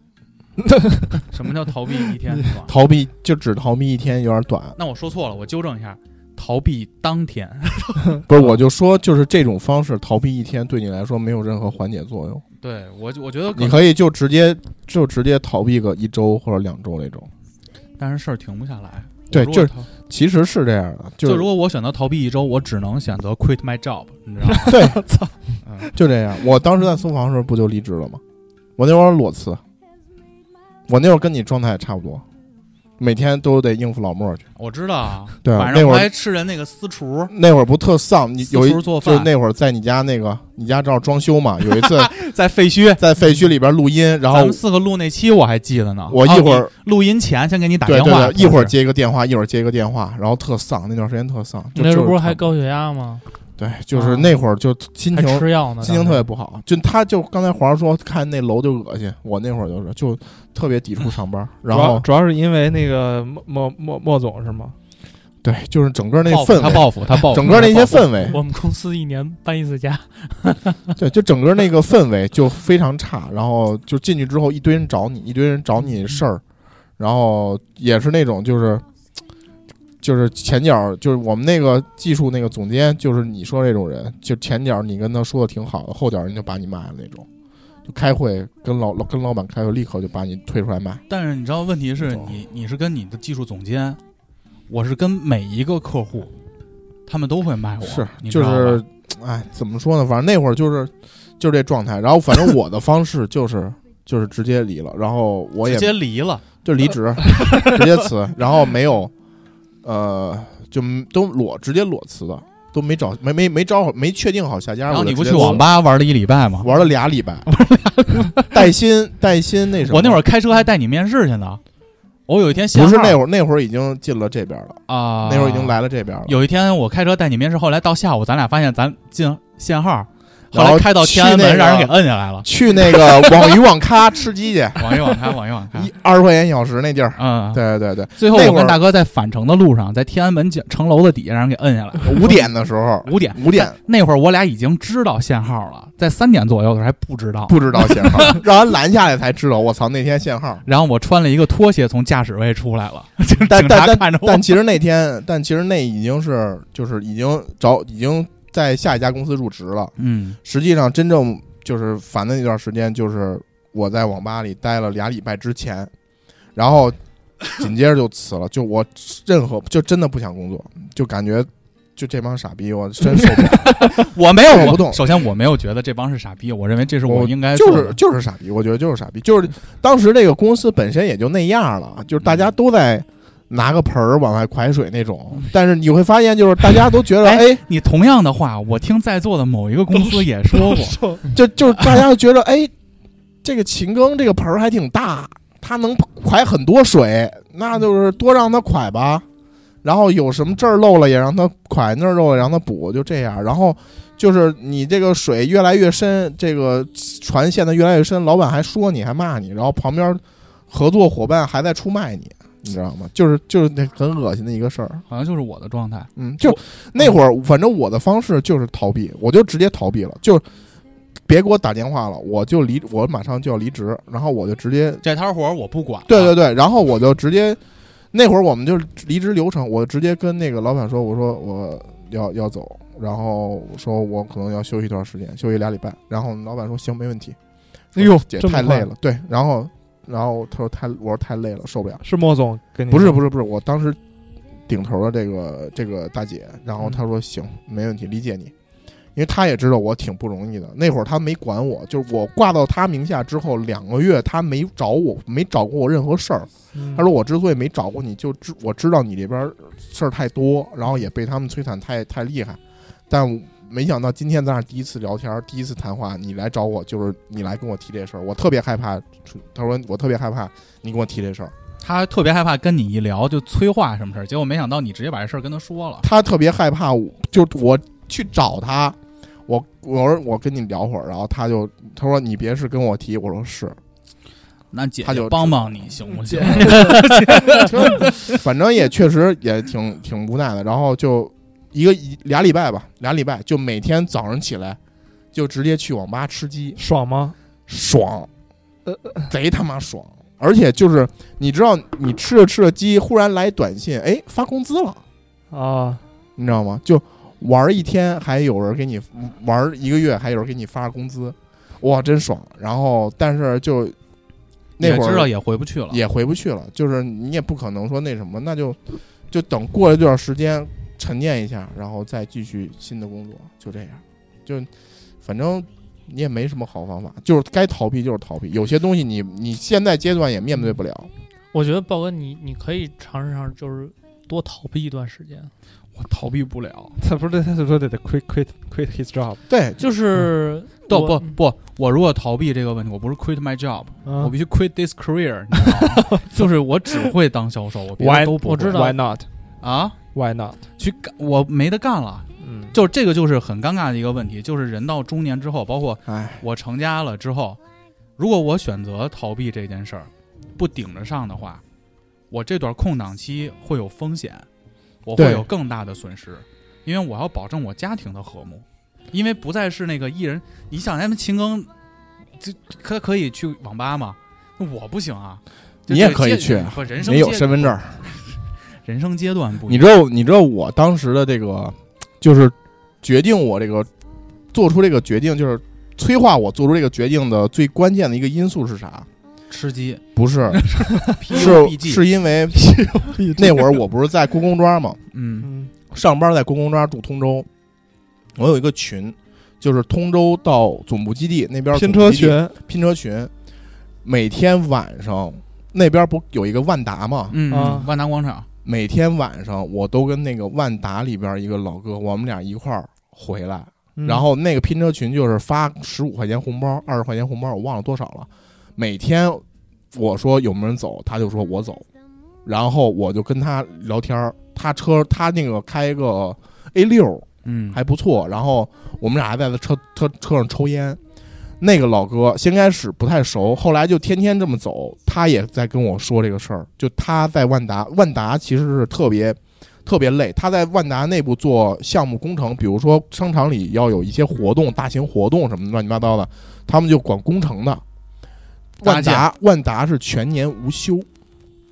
什么叫逃避一天？是吧 逃避就只逃避一天有点短，那我说错了，我纠正一下，逃避当天。 嗯不是，我就说就是这种方式逃避一天对你来说没有任何缓解作用，对我就，我觉得可你可以就直接就直接逃避个一周或者两周那种。但是事儿停不下来。我对如果就是逃其实是这样的，就就是如果我选择逃避一周，我只能选择 quit my job，你知道吗？对，嗯，就这样。我当时在租房的时候不就离职了吗？我那会儿裸辞，我那会儿跟你状态也差不多，每天都得应付老莫去。我知道啊。对啊晚那上会我儿还吃人那个私厨，那会儿不特丧，你有一私厨做就是饭，那会儿在你家那个你家正好装修嘛，有一次 在废墟。 在废墟里边录音，然咱后们四个录那期我还记得呢。哦我一会哦儿你录音前先给你打对电对话，对，一会儿同事接一个电话，一会儿接一个电话，然后特丧，那段时间特丧。你就那时候就不是是还差多高血压吗？对，就是啊那会儿就心还情吃药呢？心情特别不好，就他就刚才皇上说看那楼就恶心，我那会儿就是就特别抵触上班，然主要后主要是因为那个莫莫莫莫总是吗？对，就是整个那报复氛他围，报复他报复，整个那些他报复氛围，我们公司一年搬一次家，对，就整个那个氛围就非常差，然后就进去之后一堆人找你，一堆人找你事儿，然后也是那种就是。就是前脚，就是我们那个技术那个总监，就是你说这种人，就前脚你跟他说的挺好的，后脚人就把你卖了那种，就开会跟老跟老板开会，立刻就把你推出来卖。但是你知道，问题是懂你你是跟你的技术总监，我是跟每一个客户，他们都会卖我，是，你知就道吧是，哎，怎么说呢？反正那会儿就是，就是这状态。然后，反正我的方式就是，就是直接离了。然后我也直接离了。就离职， 直接辞，然后没有，呃，就都裸直接裸辞的，都没找没没没找好没确定好下家。然后你我就不直去接网吧玩了一礼拜吗？玩了俩礼 拜，带薪带薪那什么？我那会儿开车还带你面试去呢。我有一天不是那儿会儿，那会儿已经进了这边了，啊，那会儿已经。来了这边了。有一天我开车带你面试，后来到下午咱俩发现咱进限号，后然后来开到天安去那门个让人给摁 下来了。去那 个网鱼网咖吃鸡去，网一网开，网一网开。一二十块钱一小时那地儿。嗯，。对对对，最后那我会儿跟大哥在返程的路上，在天安门角城楼的底下让人给摁下来。五点的时候，五点，五点那会儿我俩已经知道限号了，在三点左右的时候还不知道。。不知道限号，让人拦下来才知道。我操，那天限号然后我穿了一个拖鞋从驾驶位出来了，警但警察但看着 但我但，其实那天，但其实那已经是就是已经找已经在下一家公司入职了。嗯，实际上，真正就是烦的那段时间，就是我在网吧里待了俩礼拜之前，然后紧接着就辞了。就我任何就真的不想工作，就感觉就这帮傻逼，我真受不了。我没有，我不懂首先我没有觉得这帮是傻逼，我认为这是我应该 就做是的就是傻逼，我觉得就是傻逼，就是当时这个公司本身也就那样了，就是大家都在拿个盆儿往外蒯水那 种，但是你会发现，就是大家都觉得，哎哎，你同样的话，我听在座的某一个公司也说过，就就是大家都觉得，哎，这个秦庚这个盆儿还挺大，他能蒯很多水，那就是多让他蒯吧。然后有什么这儿漏了也让他蒯，那儿漏了也让他补，就这样。然后就是你这个水越来越深，这个船陷得越来越深，老板还说你还骂你，然后旁边合作伙伴还在出卖你，你知道吗？就是就是那很恶心的一个事儿。好像就是我的状态。嗯，就我那会儿，反正我的方式就是逃避，我就直接逃避了，就别给我打电话了，我就离，我马上就要离职，然后我就直接，这摊活儿我不管，对啊对，对，然后我就直接，那会儿我们就离职流程，我直接跟那个老板说，我说我要要走，然后我说我可能要休息一段时间，休息俩礼拜，然后老板说行，没问题，哎呦，姐这么太快累了，对，然后然后他说太，我说太累了，受不了。是莫总跟你不是是不是不是，我当时顶头的这个这个大姐，然后她说行，没问题，理解你，因为她也知道我挺不容易的。那会儿她没管我，就是我挂到她名下之后两个月，她没找我，没找过我任何事儿。她说我之所以没找过你，就知我知道你这边事儿太多，然后也被他们摧残太太厉害，但。没想到今天咱俩第一次聊天，第一次谈话，你来找我就是你来跟我提这事儿，我特别害怕。她说我特别害怕你跟我提这事儿，他特别害怕跟你一聊就催化什么事儿，结果没想到你直接把这事儿跟他说了。他特别害怕我，就我去找他，我我说我跟你聊会儿，然后他就他说你别是跟我提，我说是，那姐他姐就帮帮你行不行？ 反正也确实也挺挺无奈的。然后就一个一俩礼拜吧，俩礼拜就每天早上起来就直接去网吧吃鸡，爽吗？爽，贼他妈爽！而且就是你知道，你吃着吃着鸡，忽然来短信，哎，发工资了，啊，你知道吗？就玩一天，还有人给你玩一个月，还有人给你发工资，哇，真爽！然后但是就那也会儿知道也回不去了，也回不去了，就是你也不可能说那什么，那就就等过一段时间沉淀一下，然后再继续新的工作，就这样，就反正你也没什么好方法，就是该逃避就是逃避，有些东西你你现在阶段也面对不了， 我觉得豹哥你你可以尝试尝试，就是多逃避一段时间，我逃避不了。他不是他就说得得 quit quit quit his job，对，就是都嗯我不不，我如果逃避这个问题，我不是 quit my job，、我啊嗯必须 quit this career，你知道吗 就是我只会当销售，我别的 Why- 都不会我知道，Why not？啊， Why not？去干我没得干了。嗯，就是这个就是很尴尬的一个问题，就是人到中年之后，包括哎，我成家了之后，如果我选择逃避这件事儿，不顶着上的话，我这段空档期会有风险，我会对有更大的损失，因为我要保证我家庭的和睦，因为不再是那个一人，你想咱们秦庚，这可可以去网吧吗？那我不行啊，就你也这个可以阶去啊不人生没有阶身份证儿，人生阶段不一你样，知道你知道我当时的这个就是决定我这个做出这个决定，就是催化我做出这个决定的最关键的一个因素是啥？吃鸡不是，是 PUBG，是因为那会儿我不是在故宫庄嘛，嗯嗯上班在故宫庄住通州，我有一个群，就是通州到总部基地那边拼总车部基地群，拼车群，每天晚上那边不有一个万达嘛，嗯啊万达广场。每天晚上我都跟那个万达里边一个老哥，我们俩一块儿回来，嗯然后那个拼车群就是发十五块钱红包、二十块钱红包，我忘了多少了。每天我说有没有人走，他就说我走，然后我就跟他聊天儿。他车他那个开一个 A 六嗯，还不错，然后我们俩还在他车车车上抽烟。那个老哥先开始不太熟，后来就天天这么走，他也在跟我说这个事儿。就他在万达，万达其实是特别特别累。他在万达内部做项目工程，比如说商场里要有一些活动、大型活动什么乱七八糟的，他们就管工程的。搭万建达万达是全年无休，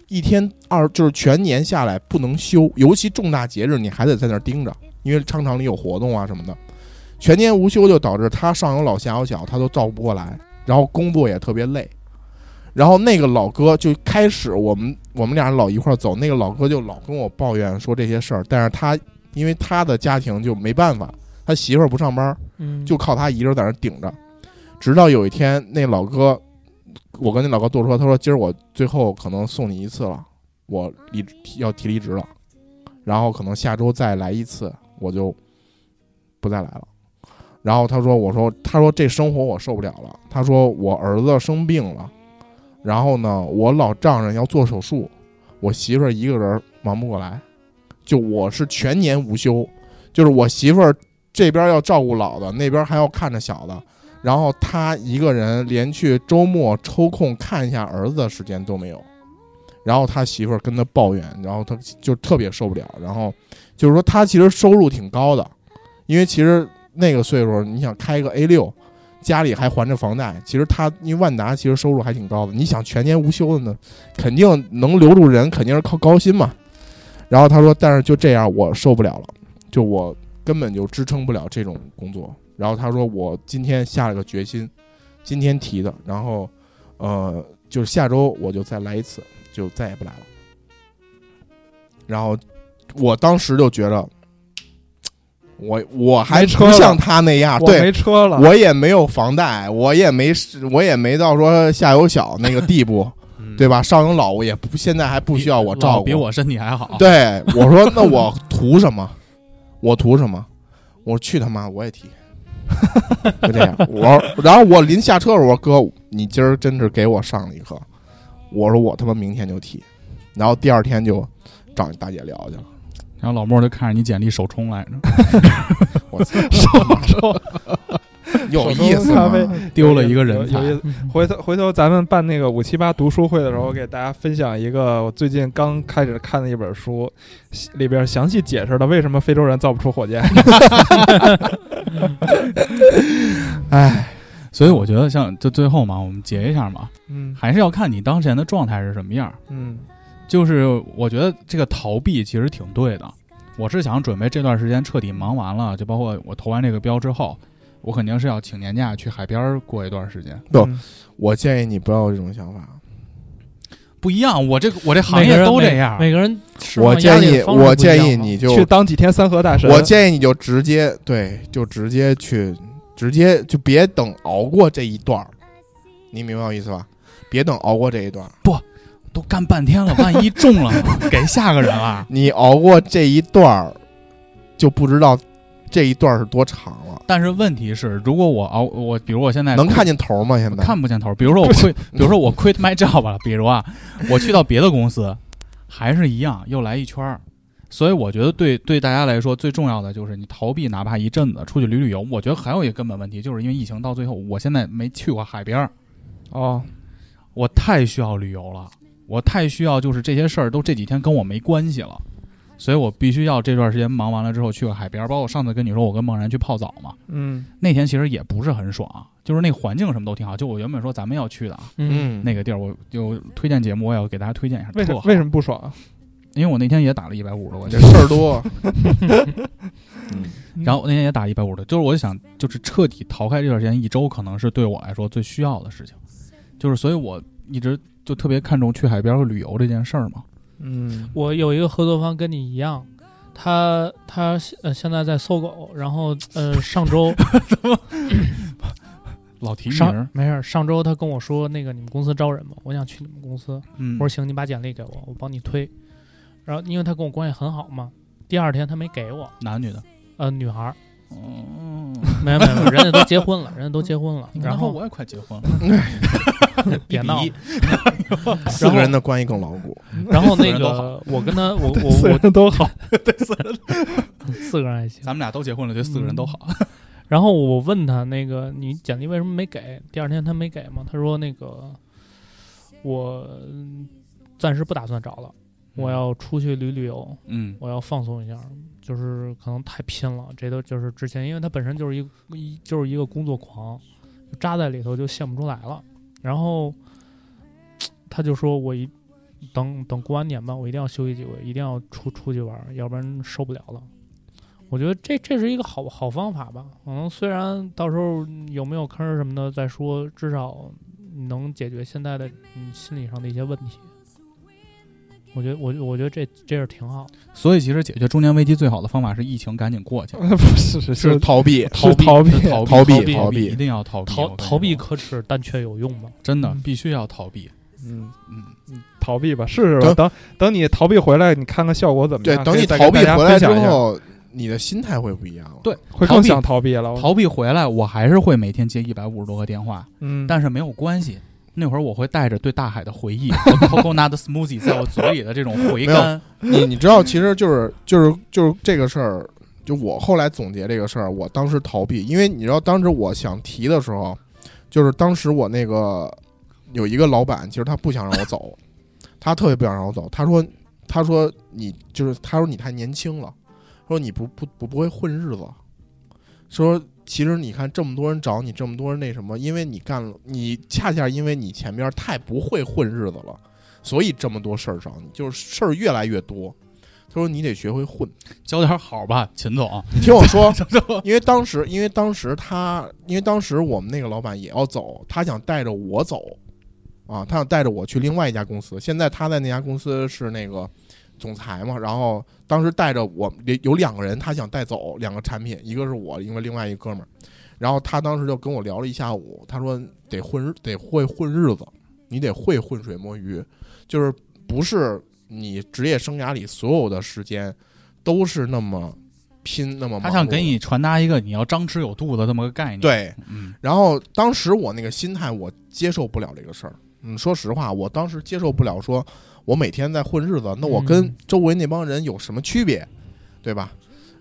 一天二就是全年下来不能休，尤其重大节日你还得在那儿盯着，因为商场里有活动啊什么的，全年无休就导致他上有老下有小，他都照顾不过来，然后工作也特别累。然后那个老哥就开始我们我们俩老一块儿走，那个老哥就老跟我抱怨说这些事儿，但是他因为他的家庭就没办法，他媳妇儿不上班，嗯就靠他一个人在那儿顶着。直到有一天，那老哥，我跟那老哥多说，他说今儿我最后可能送你一次了，我离职要提离职了，然后可能下周再来一次，我就不再来了。然后他说，我说，他说这生活我受不了了。他说我儿子生病了，然后呢，我老丈人要做手术，我媳妇儿一个人忙不过来，就我是全年无休，就是我媳妇儿这边要照顾老的，那边还要看着小的，然后他一个人连去周末抽空看一下儿子的时间都没有。然后他媳妇儿跟他抱怨，然后他就特别受不了。然后就是说，他其实收入挺高的，因为其实那个岁数，你想开个 A 六，家里还还着房贷，其实他因为万达其实收入还挺高的。你想全年无休的呢，肯定能留住人，肯定是靠高薪嘛。然后他说，但是就这样我受不了了，就我根本就支撑不了这种工作。然后他说我今天下了个决心，今天提的，然后呃，就是下周我就再来一次，就再也不来了。然后我当时就觉得，我我还没不车了像他那样，我啊对没车啊了，我也没有房贷，我也没我也没到说下有小那个地步，对吧？上有老，我也不现在还不需要我照嗯老顾，比我身体还好。，对，我说那我图什么？ 我图什么？我去他妈，我也提， 就这样。我然后我临下车的时候，我说哥，你今儿真是给我上了一课。我说我他妈明天就提，然后第二天就找你大姐聊去了。 然后老莫就看着你简历手冲来着，我操，手 有意思咖吗？啡丢了一个人才有。 有意思。回头回头咱们办那个五七八读书会的时候，我给大家分享一个我最近刚开始看的一本书，西里边详细解释了为什么非洲人造不出 火箭。所以我觉得像就最后嘛，我们结一下嘛，嗯还是要看你当前的状态是什么样儿。嗯就是我觉得这个逃避其实挺对的。我是想准备这段时间彻底忙完了，就包括我投完这个标之后，我肯定是要请年假去海边儿过一段时间。不嗯我建议你不要有这种想法。不一样，我这个我这行每个业人都这每样。每个人释放我压建力议，的方式不一样我建议嘛嗯你去就，当几天三河大神。我建议你就直接对，就直接去，直接就别等熬过这一段儿你明白我意思吧？别等熬过这一段儿都干半天了，万一中了呢 给下个人了。你熬过这一段儿就不知道这一段儿是多长了。但是问题是，如果我熬我，比如我现在能看见头儿吗？现在哎看嗯不见头儿，比如说我 quit，比如说我 quit my job 了，比如啊，我去到别的公司，还是一样又来一圈儿。所以我觉得对对大家来说最重要的就是你逃避，哪怕一阵子出去旅旅游。我觉得还有一个根本问题，就是因为疫情到最后，我现在没去过海边儿，哦，我太需要旅游了，我太需要就是这些事儿都这几天跟我没关系了，所以我必须要这段时间忙完了之后去个海边儿。包括我上次跟你说，我跟梦然去泡澡嘛，嗯那天其实也不是很爽，啊就是那环境什么都挺好。就我原本说咱们要去的啊，嗯，嗯，那个地儿，我有推荐节目，我也要给大家推荐一下。为什特么好为什么不爽啊？因为我那天也打了一百五十多块这钱，事儿多。 然后我那天也打一百五的，就是我想就是彻底逃开这段时间一周，可能是对我来说最需要的事情，就是所以我一直就特别看重去海边和旅游这件事儿嘛。嗯我有一个合作方跟你一样，他他呃现在在搜狗，然后呃上周老提上名，没事儿，上周他跟我说那个你们公司招人吗？我想去你们公司，嗯我，说行，你把简历给我，我帮你推。然后因为他跟我关系很好嘛，第二天他没给我，男女的，呃，女孩儿，嗯，没有没有，没有人家都结婚了，人家都结婚了，然然后后我也快结婚了， 别闹了，四个人的关系更牢固。然后那人都好个我跟他我我四个我人都好， 四个人还行咱，们俩都结婚了，对四个人都好。然后我问他那个你简历为什么没给？第二天他没给嘛？他说那个我嗯暂时不打算找了，我要出去旅旅游，嗯我要放松一下，就是可能太拼了。这都就是之前，因为他本身就是一个一就是一个工作狂，就扎在里头就现不出来了。然后他就说我一等等过完年吧，我一定要休息几个月，一定要出出去玩儿，要不然受不了了。我觉得这这是一个好好方法吧。可能虽然到时候有没有坑儿什么的再说，至少能解决现在的你心理上的一些问题。我觉得，我我觉得这这是挺好的。所以其实解决中年危机最好的方法是疫情赶紧过去， 不是是是逃避，是逃避是逃逃避避，逃避一定要逃避，我逃跟你逃避说可耻，但却有用嘛。真的嗯必须要逃避。嗯嗯，逃避吧，试试吧。等等等你逃避回来，你看看效果怎么对啊样。，等可以你再逃避跟大家回来分之享一下，后，你的心态会不一样了。对会逃更避想逃避了。我逃避回来，我还是会每天接一百五十多个电话，嗯，但是没有关系。那会儿我会带着对大海的 回忆和 coconut smoothie 在我嘴里的这种回甘，你你知道，其实就是就是就是这个事儿，就我后来总结这个事儿，我当时逃避，因为你知道，当时我想提的时候，就是当时我那个有一个老板，其实他不想让我走，他特别不想让我走，他说他说你就是他说你太年轻了，说你不不不不会混日子，说。其实你看，这么多人找你，这么多人那什么，因为你干了，你恰恰因为你前边太不会混日子了，所以这么多事儿找你，就是事儿越来越多。他说：“你得学会混。交点好吧，秦总。你听我说，因为当时，因为当时他，因为当时我们那个老板也要走，他想带着我走，啊，他想带着我去另外一家公司。现在他在那家公司是那个总裁嘛，然后当时带着我有两个人，他想带走两个产品，一个是我，因为另外一个哥们儿。然后他当时就跟我聊了一下午，他说得混日，得会混日子，你得会浑水摸鱼，就是不是你职业生涯里所有的时间都是那么拼那么忙碌他的。想给你传达一个你要张弛有度的这么个概念。，对，嗯，然后当时我那个心态，我接受不了这个事儿。嗯，说实话，我当时接受不了说，我每天在混日子，那我跟嗯周围那帮人有什么区别，对吧？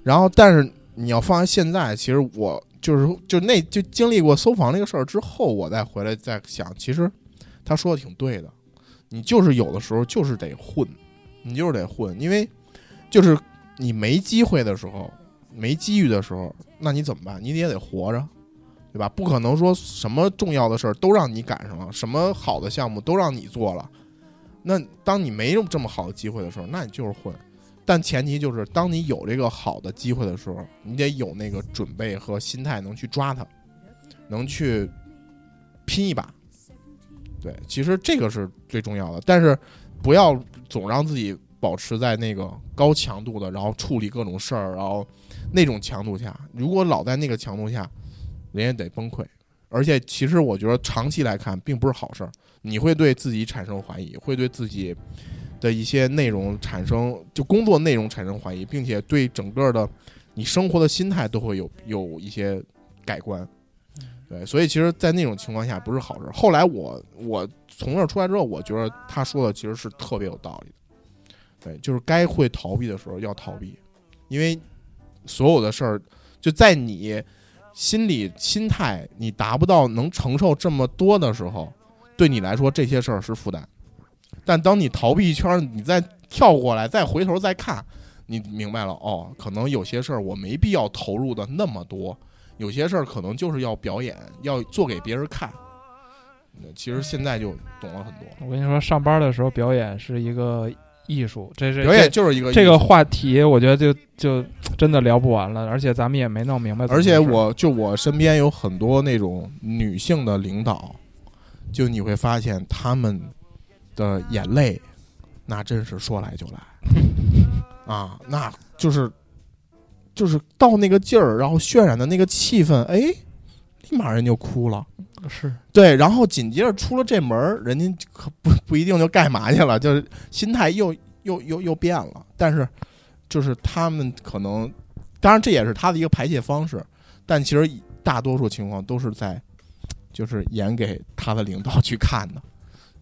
然后，但是你要放在现在，其实我就是就那就经历过搜房那个事儿之后，我再回来再想，其实他说的挺对的，你就是有的时候就是得混，你就是得混，因为就是你没机会的时候，没机遇的时候，那你怎么办？你也得活着。对吧？不可能说什么重要的事儿都让你赶上了，什么好的项目都让你做了。那当你没有这么好的机会的时候，那你就是混。但前提就是，当你有这个好的机会的时候，你得有那个准备和心态，能去抓它，能去拼一把。对，其实这个是最重要的。但是不要总让自己保持在那个高强度的，然后处理各种事儿，然后那种强度下，如果老在那个强度下，人也得崩溃。而且，其实我觉得长期来看并不是好事儿，你会对自己产生怀疑，会对自己的一些内容产生就工作内容产生怀疑，并且对整个的你生活的心态都会有有一些改观。对，所以其实，在那种情况下不是好事儿。后来我我从那儿出来之后，我觉得他说的其实是特别有道理的。对，就是该会逃避的时候要逃避，因为所有的事儿就在你。心理心态你达不到能承受这么多的时候，对你来说这些事儿是负担。但当你逃避一圈儿，你再跳过来，再回头再看，你明白了哦，可能有些事儿我没必要投入的那么多，有些事儿可能就是要表演，要做给别人看。嗯其实现在就懂了很多，我跟你说，上班的时候表演是一个艺术，这是表演就是一个这艺个术话题，我觉得就就真的聊不完了，而且咱们也没弄明白怎么而回事。且我就我身边有很多那种女性的领导，就你会发现她们的眼泪，那真是说来就来 啊，那就是就是到那个劲儿，然后渲染的那个气氛，哎，立马人就哭了。是对，然后紧接着出了这门儿，人家就可不不一定就干嘛去了，就是心态又又又又变了。但是，就是他们可能，当然这也是他的一个排泄方式，但其实大多数情况都是在，就是演给他的领导去看的。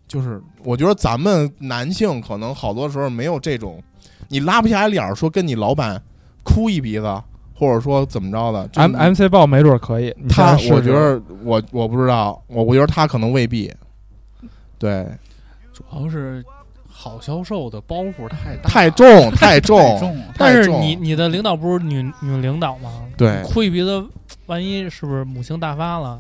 就是我觉得咱们男性可能好多时候没有这种，你拉不下来脸儿说跟你老板哭一鼻子，或者说怎么着的。就 M 你 M C 报没准可以，你他先试，试我觉得我我不知道，我我觉得他可能未必，对，主要是好销售的包袱太大太重 太太重，重了。但太是重你你的领导不是女女领导吗？哎对哭一鼻子，万一是不是母性大发了，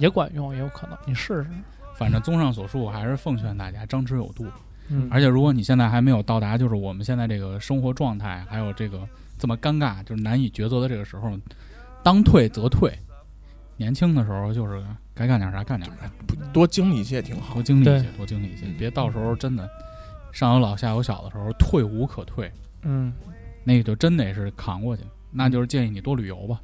也管用，也有可能。嗯你试试，反正综上所述，还是奉劝大家张弛有度。嗯，而且如果你现在还没有到达，就是我们现在这个生活状态，还有这个这么尴尬，就是难以抉择的这个时候，当退则退。年轻的时候就是该干点啥干点啥，多经历一些也挺好多。经历一些对，多经历一些嗯，别到时候真的上有老下有小的时候退无可退，嗯，那个就真得是扛过去。那就是建议你多旅游 吧。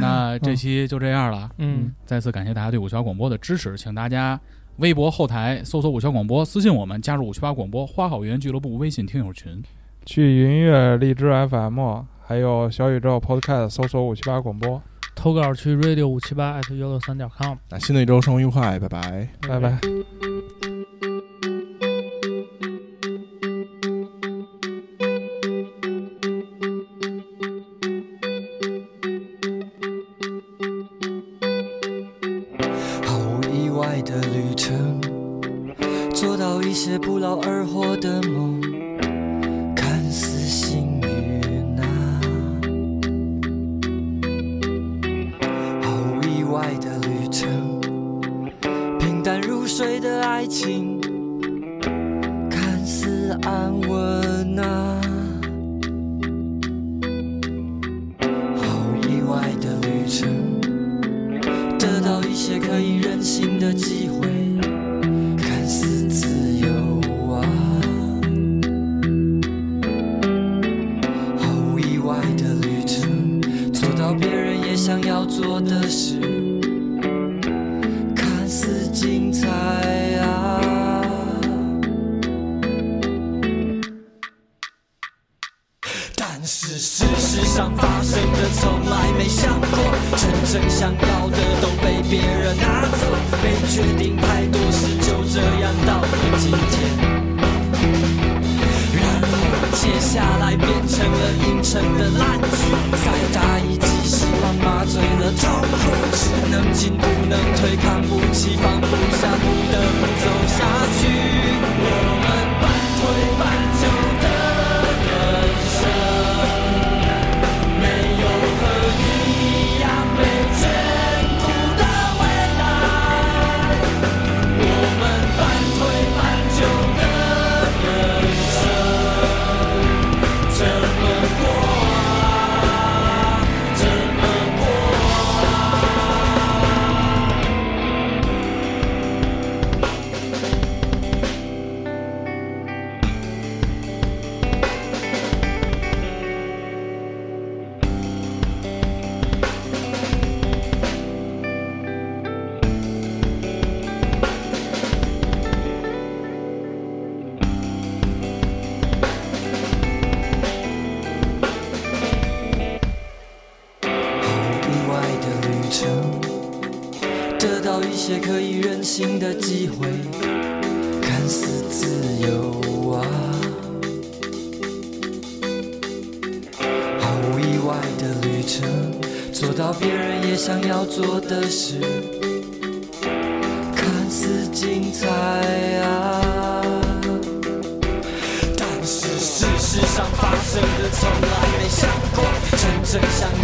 那这期就这样了。嗯，再次感谢大家对五七八广播的支持，请大家微博后台搜索五七八广播，私信我们，加入五七八广播花好园俱乐部微信听友群。去云乐、荔枝 F M，还有小宇宙 Podcast 搜索五七八广播，投稿去 radio 五七八 at 幺六三点 com。那新的一周生活愉快，拜拜。拜拜。毫无意外的旅程，做到一些不劳而获的梦，看似幸运啊。毫无意外的旅程，平淡如水的爱情，看似安稳啊。毫无意外的旅程。得到一些可以任性的机会，看似自由啊。毫无意外的旅程，做到别人也想要做的事，看似精彩啊。但是事实上发生的从来没想过，真正想要的都被别人拿走，没决定太多事就这样到了今天。然后接下来变成了阴晴成的烂剧。再打一剂，希望麻醉了痛苦，只能进不能退，看不起，放不下，不得不走下去。我们半推半就的人生，没有和你一样被眷顾的未来。我们半推半就的人生，怎么过啊？怎么过啊？意外的旅程，得到一些可以任性的机会，看似自由啊。毫无意外的旅程，做到别人也想要做的事，看似精彩啊。但是事实上发生的从来没想过，真正想啊